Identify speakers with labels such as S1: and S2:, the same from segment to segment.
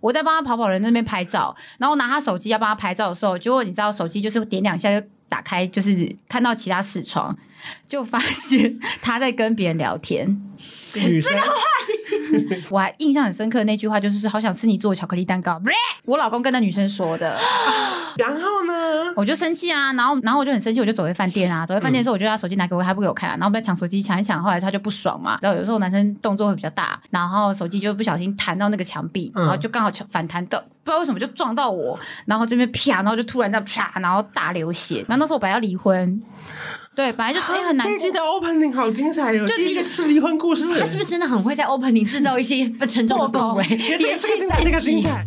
S1: 我在帮他跑跑人那边拍照，然后拿他手机要帮他拍照的时候，结果你知道手机就是点两下就打开，就是看到其他视窗，就发现他在跟别人聊天。
S2: 女生
S1: 我还印象很深刻那句话就是“好想吃你做的巧克力蛋糕”，我老公跟那女生说的。
S2: 然后呢？
S1: 我就生气啊，然后然后我就很生气，我就走回饭店啊，走回饭
S2: 嗯
S1: 店的时候，我就把手机拿给我，他不给我看、啊，然后我们在抢手机，抢一抢，后来他就不爽嘛，然后有时候男生动作会比较大，然后手机就不小心弹到那个墙壁，
S2: 嗯
S1: 然后就刚好反弹到，不知道为什么就撞到我，然后这边啪，然后就突然这样啪，然后大流血，然后那时候我本来要离婚，对，本来就、哎很难
S2: 啊这一集的
S1: 过。
S2: opening 好精彩哦！
S1: 就
S2: 第一个就是离婚故事，
S3: 他是不是真的很会在 opening 制造一些沉重 的氛围？
S2: 觉得
S3: 连
S2: 这个
S3: 续
S2: 精彩，这
S3: 三
S2: 个精
S3: 集，
S2: 彩。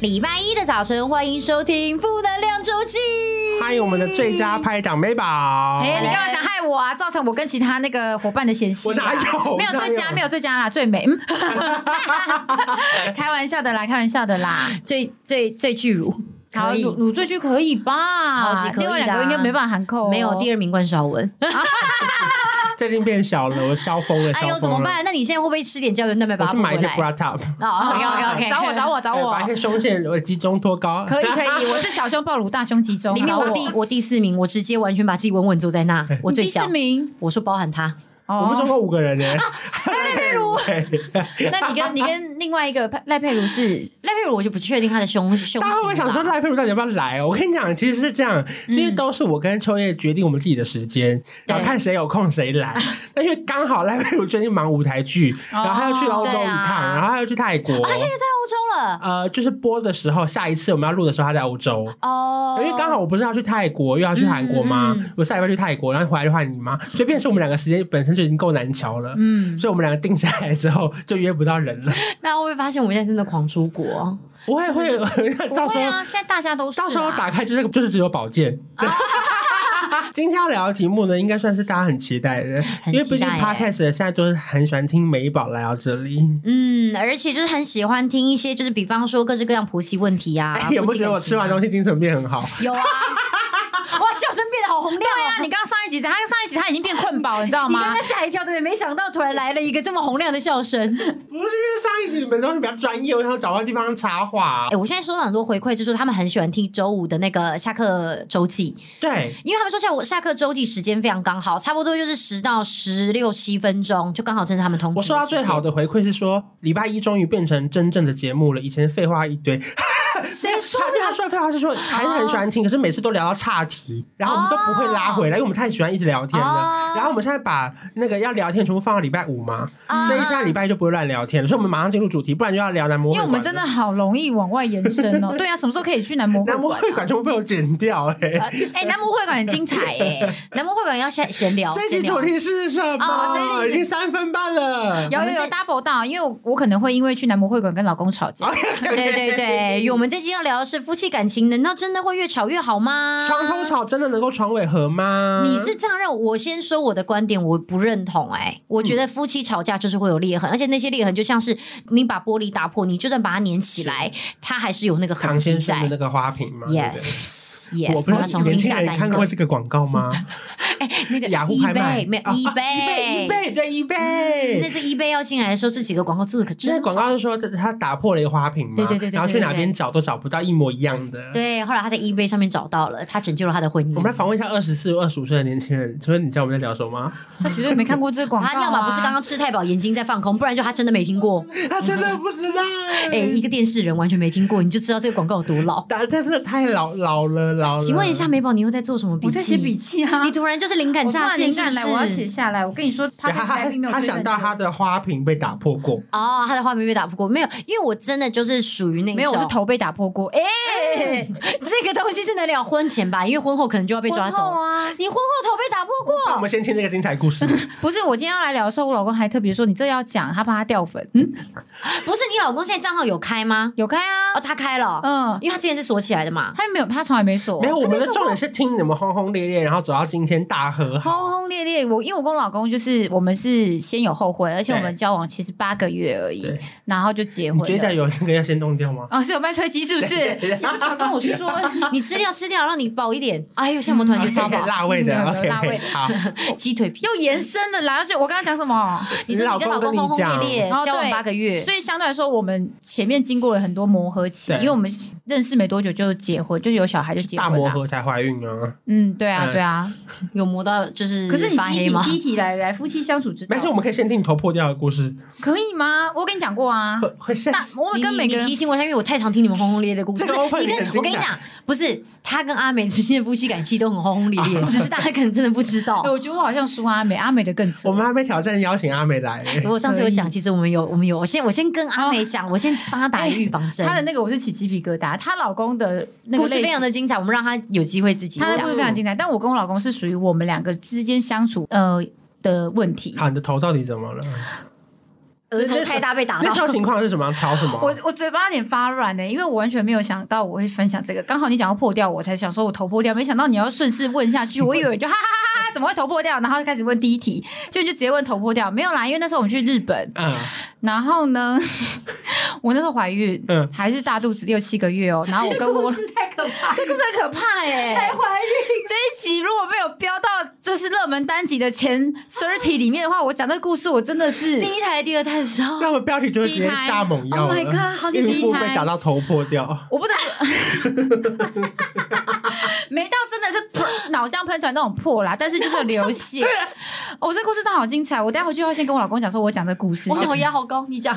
S3: 礼拜一的早晨，欢迎收听《负能量周记》。
S2: 欢迎我们的最佳拍档美宝。
S1: 哎、你干嘛想害我啊？造成我跟其他那个伙伴的嫌隙、啊？
S2: 我哪 有
S1: 没有最
S2: 哪
S1: 佳，
S2: 有
S1: 没有最佳啦，最美。 嗯开玩笑的啦，开玩笑的啦。
S3: 最最最巨乳，
S1: 好，
S3: 可以
S1: 乳乳醉剧可以吧？
S3: 超级可以
S1: 另
S3: 的啊
S1: 外两个应该没办法含扣、哦
S3: 没有第
S1: 二，
S3: 二名关少文。
S2: 最近变小了，我消疯了，
S3: 哎 呦，
S2: 消
S3: 怎么
S2: 疯了。
S3: 办？那你现在会不会吃点胶原蛋白
S2: 我
S3: 把它
S2: 去
S3: 补
S2: 买
S3: 回
S2: 一些
S3: 来？
S2: bra top，
S3: 哦，OK OK OK，
S1: 找我找我找
S2: 对
S1: 我
S2: 把一，些胸线、呃集中托高。
S1: 可以可以，我是小胸暴乳大胸集中。
S3: 里面
S1: 找
S3: 我第我第四名，我直接完全把自己稳稳坐在那，我
S1: 你
S3: 最
S1: 第
S3: 小
S1: 四。名
S3: 我说包含他，
S2: 我们总
S1: 哦，
S2: 共五个人呢。赖佩 如，
S1: 那你跟你跟另外一个赖佩如 是
S3: 赖佩如我就不确定他 的胸胸型啊
S2: 大家会不会想说
S3: 啦
S2: 赖佩如到底要不要来哦？我跟你讲，其实是这样，其
S3: 嗯
S2: 实都是我跟秋叶决定我们自己的时间，然后看谁有空谁 来。那因为刚好赖佩如最近忙舞台剧，然后他要去欧洲一
S3: 对啊
S2: 趟，然后他要去泰国。
S3: 啊，现在在欧洲了
S2: 呃，就是播的时候，下一次我们要录的时候，他在欧洲。
S3: 哦，
S2: 因为刚好我不是要去泰国，又要去韩国吗？
S3: 嗯嗯嗯
S2: 我下礼拜去泰国，然后回来就换你妈，所以变成是我们两个时间本身就已经够难瞧了。
S1: 嗯，
S2: 所以我们两个定下来之后就约不到人了。
S3: 那会不会发现我们现在真的狂出国？
S2: 我也会， 到时
S1: 对
S2: 候、
S1: 啊，现在大家都是啊
S2: 到时候打开就是就是只有宝 剑。今天要聊的题目呢，应该算是大家很期待的，
S3: 很期待
S2: 因为毕竟
S3: 欸
S2: podcast 的现在都是很喜欢听美宝来到这里。
S3: 嗯，而且就是很喜欢听一些，就是比方说各式各样婆媳问题啊，
S2: 哎有没有觉得我吃完东
S3: 西
S2: 西精神变很好？
S3: 有啊？哇，笑声变得好洪亮
S1: 对
S3: 啊！
S1: 啊，你刚刚上一集，他上一集他已经变困饱了，你知道
S3: 你刚
S1: 吗
S3: 刚？吓一跳，对，没想到突然来了一个这么洪亮的笑声。
S2: 不是因为上一集你们都是比较专业，我想找到地方插话
S3: 哎、。我现在收到很多回馈，就说他们很喜欢听周五的那个下课周记，
S2: 对，
S3: 因为他们说下午下课周记时间非常刚好，差不多就是十到十六七分钟，就刚好正是他们通勤
S2: 我
S3: 的时
S2: 收
S3: 间。
S2: 到最好的回馈是说，礼拜一终于变成真正的节目了，以前废话一堆。
S1: 谁说
S2: 他他
S1: 的？
S2: 说的废话是说还是很喜欢听，可是每次都聊到岔题，然后我们都不会拉回来，因为我们太喜欢一直聊天
S3: 哦
S2: 了。然后我们现在把那个要聊天全部放到礼拜五嘛，
S3: 嗯
S2: 所以现在礼拜一就不会乱聊天了，所以我们马上进入主题，不然就要聊男模会
S1: 因为
S2: 馆
S1: 我
S2: 了。
S1: 们真的好容易往外延伸 哦。对啊，什么时候可以去男模会啊
S2: 男模
S1: 馆
S2: 会馆全部被我剪掉哎、欸
S1: 哎、男模会馆很精彩哎、
S3: 南博会馆要闲闲聊，
S2: 这一
S3: 闲
S2: 集
S3: 聊
S2: 主题是什
S3: 哦这一
S2: 么？
S3: 集
S2: 已经三分 半了。
S1: 有有有 double 到，因为我我可能会因为去男模会馆跟老公吵
S2: 啊
S1: 架。
S3: 对对对，因为我们这期要聊的是夫妻感情，难道真的会越吵越好吗？
S2: 床头吵真的能够床尾和吗？
S3: 你是这样让我先说我的观点，我不认同哎、我觉
S2: 嗯
S3: 得夫妻吵架就是会有裂痕，而且那些裂痕就像是你把玻璃打破，你就算把它粘起来，它还是有那个痕
S2: 唐
S3: 迹
S2: 先生的
S3: 在
S2: 那。个花瓶吗
S3: Yes
S2: 对不对我
S3: Yes，
S2: 不知
S3: 把
S2: 道
S3: 它重
S2: 你年
S3: 新
S2: 轻
S3: 下
S2: 人
S3: 单
S2: 看过
S3: 购。
S2: 这个广告 吗？
S3: 那个
S2: 雅虎拍卖
S3: eBay 没有
S2: 啊啊
S3: eBay，嗯
S2: 一倍对一倍，
S3: 那是 eBay 要进来的时候，这几个广告做的可
S2: 那
S3: 真。
S2: 广告是说他打破了一个花瓶嘛，
S3: 对对对对
S2: 然后去哪
S3: 对对
S2: 边找都找不到一模一样的。，
S3: 对，后来他在 eBay 上面找到了，他拯救了他的婚
S2: 我们来
S3: 姻。
S2: 访问一下二十四、二十五岁的年轻人，请问你知道我们在聊什么吗？
S1: 他绝对没看过这个广告、啊，
S3: 他要么不是刚刚吃太饱，眼睛在放空，不然就他真的没听过。
S2: 他啊真的不知道，
S3: 哎、
S1: 嗯
S3: 一个电视人完全没听过，你就知道这个广告有多老。
S2: 打啊真的太老老了老了。
S3: 请问一下，，美宝，你又在做什么 笔
S1: 我
S3: 记？
S1: 在写笔记啊
S3: 你。突然就是灵感
S1: 我
S3: 乍
S1: 突然
S3: 现，
S1: 灵
S3: 是不
S1: 感来，我要写
S3: 是？
S1: 下来。我跟你说，他
S2: 他他
S1: 并没有
S2: 他想到他的花瓶被打破过，
S3: 哦哦，他的画面被打破过，没有，因为我真的就是属于那种
S1: 没有，我是头被打破过。哎、
S3: 对，这个东西是能聊婚前吧，因为婚后可能就要被抓走。
S1: 婚后啊
S3: 你婚后头被打破
S2: 我
S3: 过，
S2: 们先听这个精彩故事。
S3: 哦
S1: 不是，我今天要来聊的时候，我老公还特别说你这要讲，他怕他掉粉。嗯，
S3: 不是你老公现在账号有开吗？
S1: 有开啊
S3: 哦，，他开了，
S1: 嗯，
S3: 因为他之前是锁起来 的嘛。
S1: 他没有，他从来没锁
S2: 没。有，我们的重点是听你们轰轰烈烈，然后走到今天大和
S1: 轰
S2: 好。
S1: 轰烈烈，我因为我跟我老公就是我们是先有后婚，而且我们
S2: 对
S1: 交往其实八个月而已
S2: 对，
S1: 然后就结婚
S2: 你
S1: 了。
S2: 嘴角有那个要先动掉 吗？
S1: 哦，是有卖吹鸡是不是？你们少跟我说，
S3: 你吃掉吃掉，让你饱一点。哎呦，像我们团就 超饱，
S2: 辣味的
S1: 嗯
S2: ，OK，
S1: 辣味
S2: OK，好，
S3: 鸡腿皮。
S1: 又延伸了啦。就我刚刚讲什么？
S3: 你说你跟老公轰轰烈烈
S1: 你老公跟你讲
S3: 交往八个月，
S1: 所以相对来说，我们前面经过了很多磨合期，
S2: 对
S1: 因为我们认识没多久就结婚，就是有小孩就结
S3: 啊
S2: 大
S1: 婚
S2: 磨
S1: 了。
S2: 合才怀孕啊。
S1: 嗯，对啊，
S2: 嗯
S1: 对啊。
S3: 有磨到就是
S1: 可是你
S3: 发
S1: 第一
S3: 黑
S1: 题
S3: 吗？
S1: 第一题来来夫妻相处之道
S2: 没，事，我们可以先听你头破掉的故事，
S1: 可以吗？我跟你讲过啊
S2: 会，会吓
S1: 大
S2: 死。
S1: 我们跟
S3: 你
S1: 每
S3: 你
S1: 个
S3: 你
S1: 人
S3: 提醒我一下，因为我太常听你们轰轰烈烈的故事。
S2: 这个
S3: 不是
S2: open
S3: 你跟
S2: 很精彩
S3: 我跟你讲，不是他跟阿美之间的夫妻感情都很轰轰烈烈，只是大家可能真的不知道
S1: 哎，。我觉得我好像输阿美，阿美的更扯。
S2: 我们还被挑战邀请阿美来，
S3: 如果上次有
S1: 可
S3: 讲，
S1: 以
S3: 其实我们有我们有，我先我先跟阿美讲，我先帮她打预防针。
S1: 她的那个我是起鸡皮疙瘩，她老公的那个
S3: 哦哎故事非常
S1: 的。
S3: 的精彩，我们让她有机会自己
S1: 她的故
S3: 讲
S1: 事。非常精彩，但我跟我老公是属于我们两个之间相处呃的问题。
S2: 好，你的头到底怎么了？
S3: 额头太大被打
S2: 那
S3: 到
S2: 时，候情况是什么？吵什么？
S1: 我我嘴巴有点发软呢、欸因为我完全没有想到我会分享这个。刚好你讲要破掉，我才想说我头破掉，没想到你要顺势问下去，我以为就哈哈哈哈哈，怎么会头破掉？然后就开始问第一题，就就直接问头破掉，没有啦，因为那时候我们去日本，
S2: 嗯
S1: 然后呢， 我那时候怀孕，
S2: 嗯
S1: 还是大肚子六七个月哦，然后我跟我。
S3: 太可怕。
S1: 这故事很可怕哎、怀孕这一集如果没有标到就是热门单集的前 thirty 里面的话，我讲这故事我真的是
S3: 第一胎、第二胎的时候
S2: 那我们标题就会直接下猛药了。
S3: 第一胎 Oh my god，好第
S1: 一
S2: 孕妇
S1: 胎
S2: 被打到头破掉，
S1: 我不能，没到真的是噗脑浆喷出来那种破啦，但是就是有流血。我、哦、这故事真的好精彩，我等一下回去要先跟我老公讲，说我讲的故事。
S3: 我我压好高，你讲。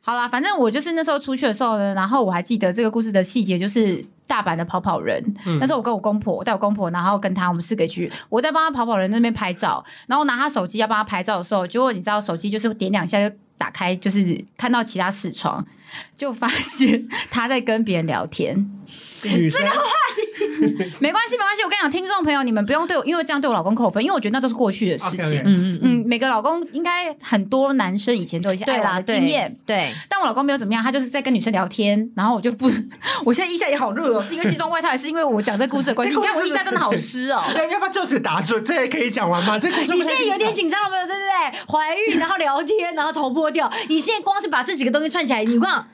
S1: 好啦，反正我就是那时候出去的时候呢，然后我还记得这个故事的细节，就是大阪的跑跑人。
S2: 嗯
S1: 那时候我跟我公婆，我带我公婆，然后跟他我们四个去，我在帮他跑跑人那边拍照，然后拿他手机要帮他拍照的时候，结果你知道手机就是点两下就打开，就是看到其他视窗，就发现他在跟别人聊天。
S3: 哎
S2: 女生
S1: 没关系，没关系。我跟你讲，听众朋友，你们不用对我，因为这样对我老公扣分，因为我觉得那都是过去的事情。
S2: OK，OK
S3: 嗯
S1: 嗯，每个老公应该很多男生以前都有一些
S3: 对
S1: 爱
S3: 啦，
S1: 玩的
S3: 对
S1: 经验。
S3: 对，
S1: 但我老公没有怎么样，他就是在跟女生聊天，然后我就不， 我现在腋下也好热哦，是因为西装外套，还是因为我讲这故事的 关系？
S2: 这
S1: 你
S2: 故事
S1: 看我腋下真的好湿哦。
S2: 要要不要就此打住？这也可以讲完吗？这故事
S3: 你现在有点紧张了没有？对不对？怀孕，然后聊天，然后头破掉。你现在光是把这几个东西串起来，你 光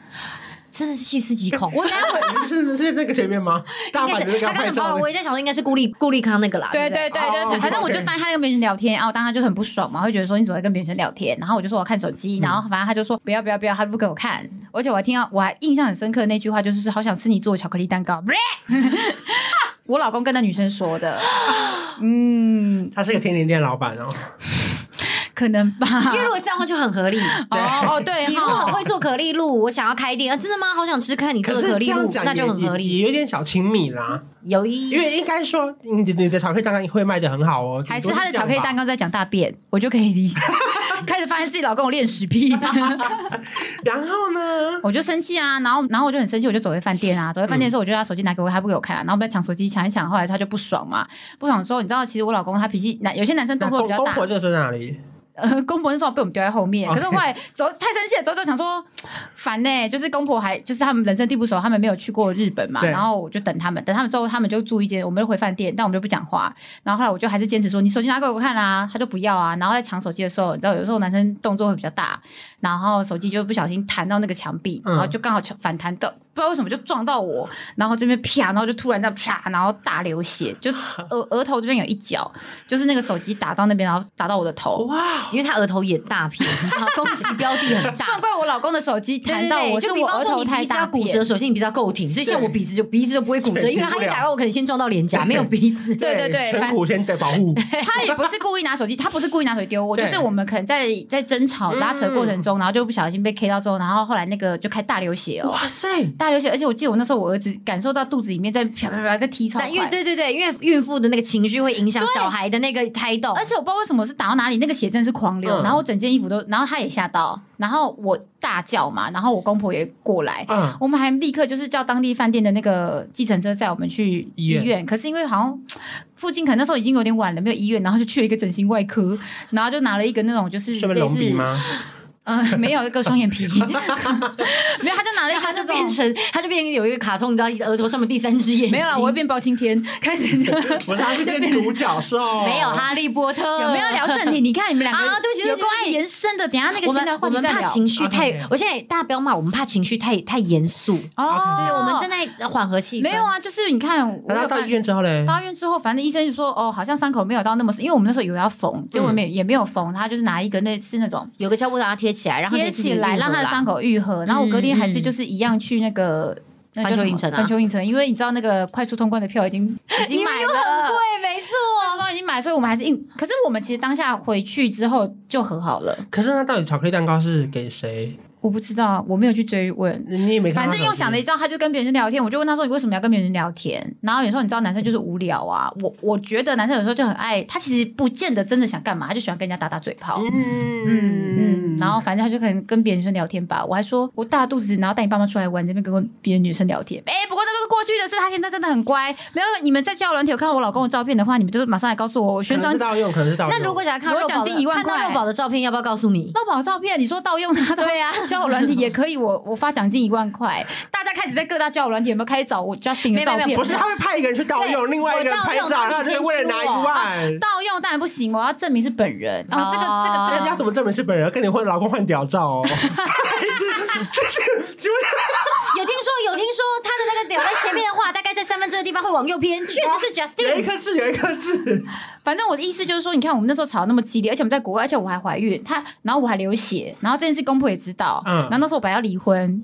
S3: 真的是细思极恐。我
S2: 待会是是那个前面吗？大
S3: 应
S2: 阪
S3: 该
S2: 的
S3: 是
S2: 那个
S3: 他
S2: 拍
S3: 刚才
S2: 照
S3: 我
S2: 的，
S3: 也在想说，应该是顾立顾立康那个啦。
S1: 对对
S3: 对不
S1: 对
S2: 哦
S1: 对，
S2: ，OK，
S1: 反正我就
S2: OK
S1: 发现他在跟别人聊天，啊，我当他就很不爽嘛，会觉得说你怎么在跟别人聊天？然后我就说我要看手机，然后反正他就说不要不要不要，他就不给我看，而且我还听到我还印象很深刻的那句话就是好想吃你做的巧克力蛋糕，我老公跟那女生说的，嗯，
S2: 他是个甜点店老板哦。
S1: 可能吧，
S3: 因为如果这样的话就很合理。
S1: 哦哦对
S3: 你如果很
S1: 哈，
S3: 会做可丽露，我想要开店啊！真的吗？好想吃看你
S2: 可
S3: 做
S2: 是
S3: 的
S2: 这
S3: 可丽
S2: 样
S3: 露，
S2: 讲
S3: 那
S2: 也
S3: 就很合
S2: 也
S3: 理。
S2: 也有点小亲密啦。
S1: 嗯
S3: 有一
S2: 因为应该说，你的你的巧克力蛋糕会卖的很好哦，
S1: 还是
S2: 顶多
S1: 他的
S2: 这
S1: 巧
S2: 样
S1: 克力
S2: 吧
S1: 蛋糕在讲大便，我就可以理解。 开始发现自己老公我练屎屁，
S2: 然后呢？
S1: 我就生气啊，然后然后我就很生气，我就走回饭店啊，走回饭店的时候，我就把他手机拿给我，他不给我看、啊，然后我们在抢手机抢一抢，后来他就不爽嘛，不爽的时候，你知道，其实我老公他脾气男，有些男生
S2: 那
S1: 动作
S2: 公
S1: 比较
S2: 公
S1: 大，
S2: 婆这个时候在哪里？
S1: 呃， 公婆那时候被我们丢在后
S2: 哦
S1: 面，可是后来走太生气了，走走想说烦呢、就是公婆还就是他们人生地不熟，他们没有去过日本嘛，
S2: 对
S1: 然后我就等他们，等他们之后他们就住一间，我们就回饭店，但我们就不讲话，然后后来我就还是坚持说你手机拿给我看啊，他就不要啊，然后在抢手机的时候，你知道有时候男生动作会比较大，然后手机就不小心弹到那个墙壁，
S2: 嗯
S1: 然后就刚好反弹到。不知道为什么就撞到我，然后这边啪，然后就突然这样啪，然后大流血，就额额头这边有一角，就是那个手机打到那边，然后打到我的头。
S2: 哇，
S3: 因为他额头也大片，你知道攻击标的很
S1: 不
S3: 大
S1: 然。怪我老公的手机弹
S3: 谈
S1: 到
S3: 到
S1: 我，
S3: 我，
S1: 是
S3: 就比
S1: 我
S3: 方
S1: 额
S3: 说
S1: 头
S3: 你
S1: 太
S3: 鼻子要
S1: 大
S3: 骨折，
S1: 片。
S3: 首先你鼻子要够挺，所以像
S2: 对
S3: 我鼻子就鼻子就不会骨折，
S2: 对
S3: 因为他
S2: 顶不
S3: 一
S2: 了
S3: 打到我可能先撞到脸颊，
S2: 对
S3: 没有鼻 子。
S1: 对对对
S2: 颧
S1: 反
S2: 骨先得保 护。
S1: 他也不是故意拿手机，他不是故意拿手机丢我，就
S2: 对
S1: 是我们可能在嗯在争吵拉扯过程中，然后就不小心被 K 到之后，然后后来那个就开大流血哦。
S2: 哇塞，
S1: 大流血，而且我记得我那时候我儿子感受到肚子里面在啪啪啪在踢超快，
S3: 但因为对对对，因为孕妇的那个情绪会影响小孩的那个胎动，
S1: 而且我不知道为什么是打到哪里，那个血真的是狂流，
S2: 嗯
S1: 然后我整件衣服都，然后他也吓到，然后我大叫嘛，然后我公婆也过来，
S2: 嗯，
S1: 我们还立刻就是叫当地饭店的那个计程车载我们去
S2: 医
S1: 医
S2: 院
S1: 院，可是因为好像附近可能那时候已经有点晚了，没有医院，然后就去了一个整形外科，然后就拿了一个那种就是
S2: 是不是
S1: 类
S2: 隆鼻
S1: 似
S2: 吗？
S1: 呃没有一个双眼 皮，没有他就拿了一
S3: 然
S1: 个
S3: 后他
S1: 那
S3: 就
S1: 种
S3: 变 成他就变成有一个卡通，你知道额头上面第三只眼睛，
S1: 没有啦，啊我会变包青天，开始
S2: 不是，他是变独 角兽，
S3: 哦没有哈利波特，
S1: 有没有聊正题？你看你们两个
S3: 啊对不起对
S1: 有
S3: 不起
S1: 够爱延伸的，等一下那个
S3: 我
S1: 新
S3: 们
S1: 的话
S3: 我
S1: 题
S3: 们
S1: 再
S3: 怕
S1: 聊。
S3: 情绪
S2: OK，
S3: 太
S2: OK
S3: 我现在大家不要骂，我们怕情绪太太严肃。
S1: 哦，
S3: 对，我们正在缓和气氛。
S1: 没有，啊，就是你看，我
S2: 然后
S1: 有
S2: 到
S1: 看
S2: 医院之 后嘞，
S1: 到医院之后，反正医生就说，哦，好像伤口没有到那么深，因为我们那时候以为要缝，结果没、也没有缝，他就是拿一个那是那种
S3: 有个胶布把它贴起来，然后
S1: 贴起来让他
S3: 它
S1: 的伤口愈合，然后我隔天还是就是一样去那个。那叫什么
S3: 环球影城啊
S1: 环球影城，因为你知道那个快速通关的票已经已经买了，
S3: 对，没错。
S1: 那时候已经买，所以我们还是硬。可是我们其实当下回去之后就和好了，
S2: 可是那到底巧克力蛋糕是给谁？
S1: 我不知道，我没有去追问。
S2: 你你也没看
S1: 反
S2: 到
S1: 正又想了一招，他就跟别人聊天，我就问他说：“你为什么要跟别人聊天？”然后有时候你知道男生就是无聊啊，我我觉得男生有时候就很爱，他其实不见得真的想干嘛，他就喜欢跟人家打打嘴炮。
S2: 巧克力，
S1: 嗯
S2: 嗯
S1: 嗯，然后反正他就可能跟别的女生聊天吧。我还说我大肚子，然后带你爸妈出来玩，这边跟别的女生聊天。哎、不过那都是过去的事，他现在真的很乖。没有你们在交友软体有看到我老公的照片的话，你们就是马上来告诉我，我
S2: 可
S1: 宣
S2: 能
S1: 传
S2: 是盗用，可能是盗用。
S3: 那如果想看
S1: 有
S3: 肉宝
S1: 奖金一
S3: 的，
S1: 万
S3: 看到
S1: 块
S3: 肉宝的照片，要不要告诉你？
S1: 到宝的照片，你说盗用 他的
S3: 对啊
S1: 交友软体也可以，我我发奖金一万块。大家开始在各大交友软体有没有开始找我 Justin
S3: 没
S1: 的照
S3: 有没有
S1: 片？
S2: 不是他会派一个人去盗用，
S3: 对
S2: 另外一个人
S3: 我盗
S2: 拍
S3: 用
S2: 照，
S3: 然后
S2: 他
S3: 你
S2: 就是为了拿一
S3: 监督我
S2: 万。
S1: 盗用当然不行，我要证明是本人。然后这个这
S3: 哦
S1: 个
S2: 这
S1: 这
S2: 个
S1: 个
S2: 要怎么证明是本人？跟你会老公换屌照 哦。就是就是
S3: 有听说，有听说他的那个屌在前面的话，大概在三分之二的地方会往右偏，确实是
S2: 有一
S3: Justin。
S2: 颗痣，有一颗痣。
S1: 反正我的意思就是说，你看我们那时候吵得那么激烈，而且我们在国外，而且我还怀孕，他然后我还流血，然后这件事公婆也知道，
S2: 嗯
S1: 然后那时候我本来要离婚，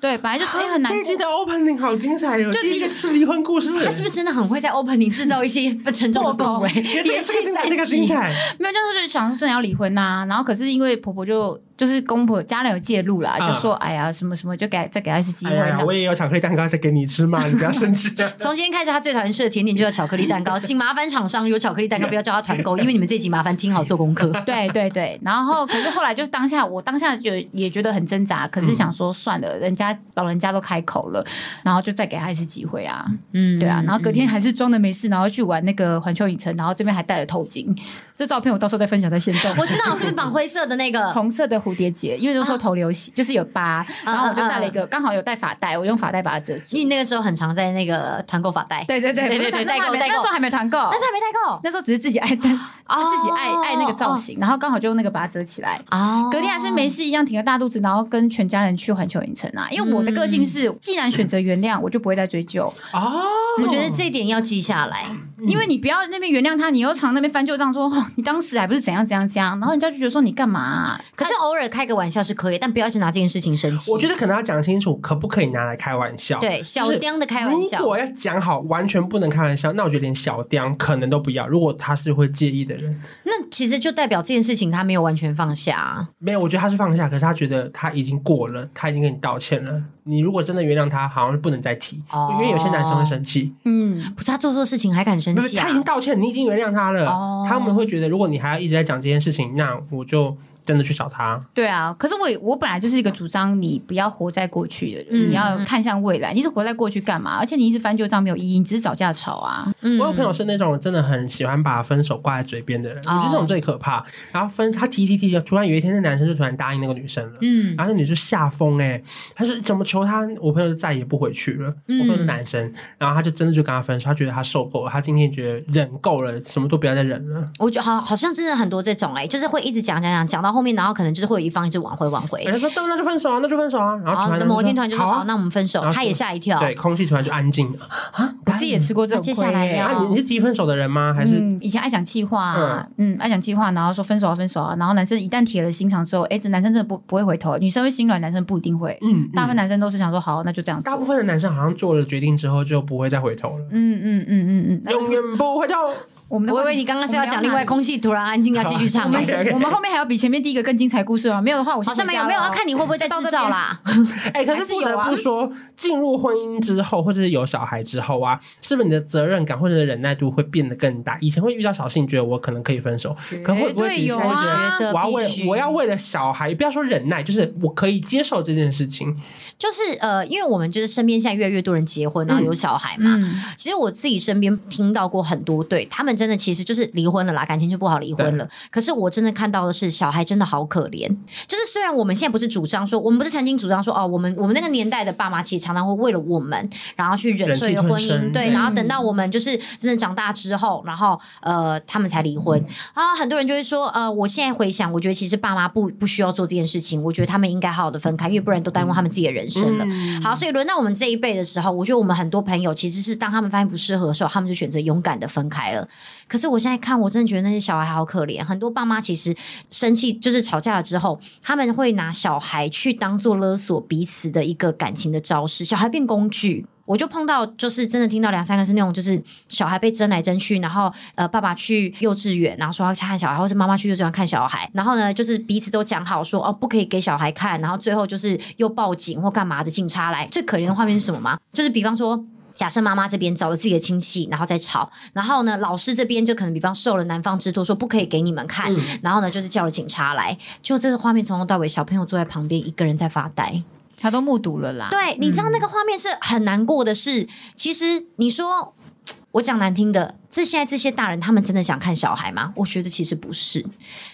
S1: 对，本来就哎、很难
S2: 这一集
S1: 过。
S2: 的 opening 好精彩哦！
S1: 就
S2: 第一个是离婚故事，
S3: 他是哎不是真的很会在 opening 制造一些沉重的 氛围？
S2: 这个
S3: 连续
S2: 精彩，
S3: 三
S2: 这个精
S3: 集，
S2: 彩。
S1: 没有，就是就想说真的要离婚呐、然后可是因为婆婆就就是公婆家人有介入啦，
S2: 嗯
S1: 就说哎呀什么什么，就给再给她一次机
S2: 哎
S1: 会。然
S2: 呀，
S1: 后
S2: 我也有巧克力蛋糕在给你吃嘛，你不 要生气。
S3: 从今天开始，他最讨厌吃的甜点就叫巧克力蛋糕，请麻烦厂商有巧克 力蛋糕不要叫他团购，因为你们这集麻烦听好做功课。
S1: 对对对，然后可是后来就当下，我当下就也觉得很挣扎，可是想
S2: 嗯
S1: 说算了，人家老人家都开口了，然后就再给他一次机会啊，
S3: 嗯，
S1: 对啊，然后隔天还是装的没事，然后去玩那个环球影城，然后这边还戴了头巾，这照片我到时候再分享在线动。
S3: 我知道我是啊不是绑灰色的 那个？
S1: 红色的蝴蝶结，因为那时候头流血，就是有
S3: 啊
S1: 疤，然后我就戴了一个，刚好有戴发带，我用发带把它遮住
S3: 因。为那个时候很常在那个团购法带，
S1: 对对对，
S3: 对
S1: 不是
S3: 对对
S1: 那时候还没
S3: 代购代购
S1: 那时候还没团购
S3: 但，是还没代购
S1: 那时候只是自己爱戴，自己爱爱那个造型，然后刚好就用那个把它遮起来。
S3: 哦
S1: 隔天还是没事一样挺着大肚子，然后跟全家人去环球影城啊。因为我的个
S3: 嗯
S1: 性是，既然选择原谅，我就不会再追究。
S2: 哦，
S3: 我觉得这一点要记下来，
S1: 因为你不要那边原谅他，你又常那边翻旧账说、哦，你当时还不是怎样怎样怎样，然后人家就觉得说你干嘛啊、
S3: 可是偶尔开个玩笑是可以，但不要一直拿这件事情生气。
S2: 我觉得可能要讲清楚，可不可以拿来开玩笑？
S3: 对小刁的开玩笑
S2: 如果要讲好，完全不能开玩笑，那我觉得连小刁可能都不要。如果他是会介意的人，
S3: 那其实就代表这件事情他没有完全放下啊。
S2: 没有，我觉得他是放下，可是他觉得他已经过了，他已经跟你道歉了。你如果真的原谅他，好像不能再提，
S3: 哦
S2: 因为有些男生会生气。
S1: 嗯，
S3: 不是他做错事情还敢生
S2: 不是，
S3: 气啊
S2: 他已？经道歉，你已经原谅他了，
S3: 哦
S2: 他们会觉得，如果你还要一直在讲这件事情，那我就真的去找他。
S1: 对啊。可是我也我本来就是一个主张你不要活在过去的人，
S3: 嗯
S1: 你要看向未来。你一直活在过去干嘛？而且你一直翻旧账没有意义，你只是找架吵啊。
S3: 嗯哦
S2: 我有朋友是那种真的很喜欢把分手挂在嘴边的人，我觉得这种最可怕。然后分他提提提，突然有一天那男生就突然答应那个女生了。
S3: 嗯，
S2: 然后那女就吓疯哎，她说怎么求她，我朋友就再也不回去了。我朋友是
S3: 嗯
S2: 男生，然后他就真的就跟他分手，他觉得他受够了，他今天觉得忍够了，什么都不要再忍了。
S3: 我觉得好，好像真的很多这种哎、就是会一直讲讲讲讲到后面，然后可能就是会有一方一直挽回挽回，
S2: 人家说对，那就分手啊，那就分手啊。然
S3: 然
S2: 后突
S3: 后
S2: 然
S3: 某一天突然就说哦
S2: 好
S3: 好,、
S2: 啊
S3: 哎哦那我们分手
S2: 然，后
S3: 他也
S2: 说
S3: 吓一跳。
S2: 对，空气突然就安静了啊。
S1: 我自己也吃过这种
S3: 那接
S1: 亏、
S3: 下来
S1: 欸
S3: 要嗯
S2: 啊，你是提分手的人吗？还是
S1: 嗯，以前爱讲气话、啊，嗯爱讲气话，然后说分手啊，分手啊，然后男生一旦铁了心肠之后，哎，这男生真的不不会回头，女生会心软，男生不一定会。
S2: 嗯，
S1: 大部分
S2: 嗯
S1: 男生都是想说好，那就这样做。
S2: 大部分的男生好像做了决定之后就不会再回头了，
S1: 嗯嗯嗯嗯嗯，
S2: 永远不回头。
S1: 我们的
S3: 我
S1: 话
S3: 以
S1: 题
S3: 为你刚刚是要讲另外，
S1: 我
S3: 空气突然安静要继续唱
S1: 们
S3: 吗
S1: 要？哪里
S2: OK，OK
S1: 我们后面还有比前面第一个更精彩故事吗？没有的话，我先
S3: 好像没有
S1: 回
S3: 没
S1: 家
S3: 有，
S1: 了哦
S3: 要看你会不会再制造啦。
S2: 哎、可是不得不说，进入婚姻之后，或者是有小孩之后啊，是不是你的责任感或者是忍耐度会变得更大？以前会遇到小事，你觉得我可能可以分手，可会不会
S1: 绝对
S2: 其实
S1: 有
S2: 现在觉得
S1: 啊。
S3: 觉得
S2: 我要为
S3: 必须
S2: 我要为了小孩，不要说忍耐，就是我可以接受这件事情。
S3: 就是呃，因为我们就是身边现在越来越多人结婚，然后有小孩嘛。
S1: 嗯，
S3: 其实我自己身边听到过很多对他们真的其实就是离婚了啦，感情就不好离婚了。可是我真的看到的是，小孩真的好可怜。就是虽然我们现在不是主张说，我们不是曾经主张说哦，我们我们那个年代的爸妈其实常常会为了我们，然后去忍受一个
S2: 忍气
S3: 婚
S2: 吞声
S3: 姻，对，
S2: 对
S3: 然后等到我们就是真的长大之后，然后呃他们才离婚。
S2: 嗯
S3: 然后很多人就会说，呃，我现在回想，我觉得其实爸妈不不需要做这件事情，我觉得他们应该好好的分开，因为不然都耽误
S2: 嗯
S3: 他们自己的人生了。好，所以轮到我们这一辈的时候，我觉得我们很多朋友其实是当他们发现不适合的时候，他们就选择勇敢的分开了。可是我现在看，我真的觉得那些小孩好可怜。很多爸妈其实生气，就是吵架了之后，他们会拿小孩去当做勒索彼此的一个感情的招式，小孩变工具。我就碰到，就是真的听到两三个是那种，就是小孩被争来争去，然后呃，爸爸去幼稚园，然后说要看小孩，或是妈妈去幼稚园看小孩，然后呢，就是彼此都讲好说哦，不可以给小孩看，然后最后就是又报警或干嘛的，警察来。最可怜的画面是什么吗？就是比方说。假设妈妈这边找了自己的亲戚，然后再吵，然后呢，老师这边就可能比方受了男方之托，说不可以给你们看，
S2: 嗯
S3: 然后呢，就是叫了警察来。就这个画面从头到尾，小朋友坐在旁边一个人在发呆。
S1: 他都目睹了啦。
S3: 对，你知道那个画面是很难过的是，其实你说我讲难听的，这现在这些大人他们真的想看小孩吗？我觉得其实不是，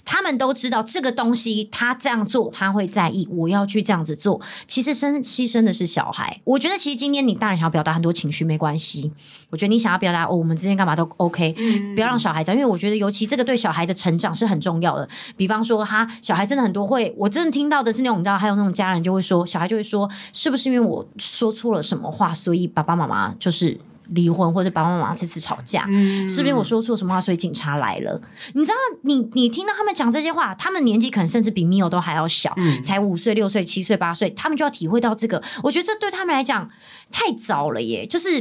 S3: 他们都知道这个东西，他这样做他会在意，我要去这样子做。其实生牺牲的是小孩。我觉得其实今天你大人想要表达很多情绪没关系，我觉得你想要表达哦，我们之间干嘛都 OK，、不要让小孩讲，因为我觉得尤其这个对小孩的成长是很重要的。比方说他小孩真的很多会，我真的听到的是那种你知道，还有那种家人就会说，小孩就会说，是不是因为我说错了什么话，所以爸爸妈妈就是离婚，或者爸爸妈妈这次吵架？
S2: 嗯
S3: 是不是因为我说错什么话，所以警察来了？你知道，你你听到他们讲这些话，他们年纪可能甚至比 Mio 都还要小，
S2: 嗯
S3: 才五岁、六岁、七岁、八岁，他们就要体会到这个。我觉得这对他们来讲太早了耶。就是，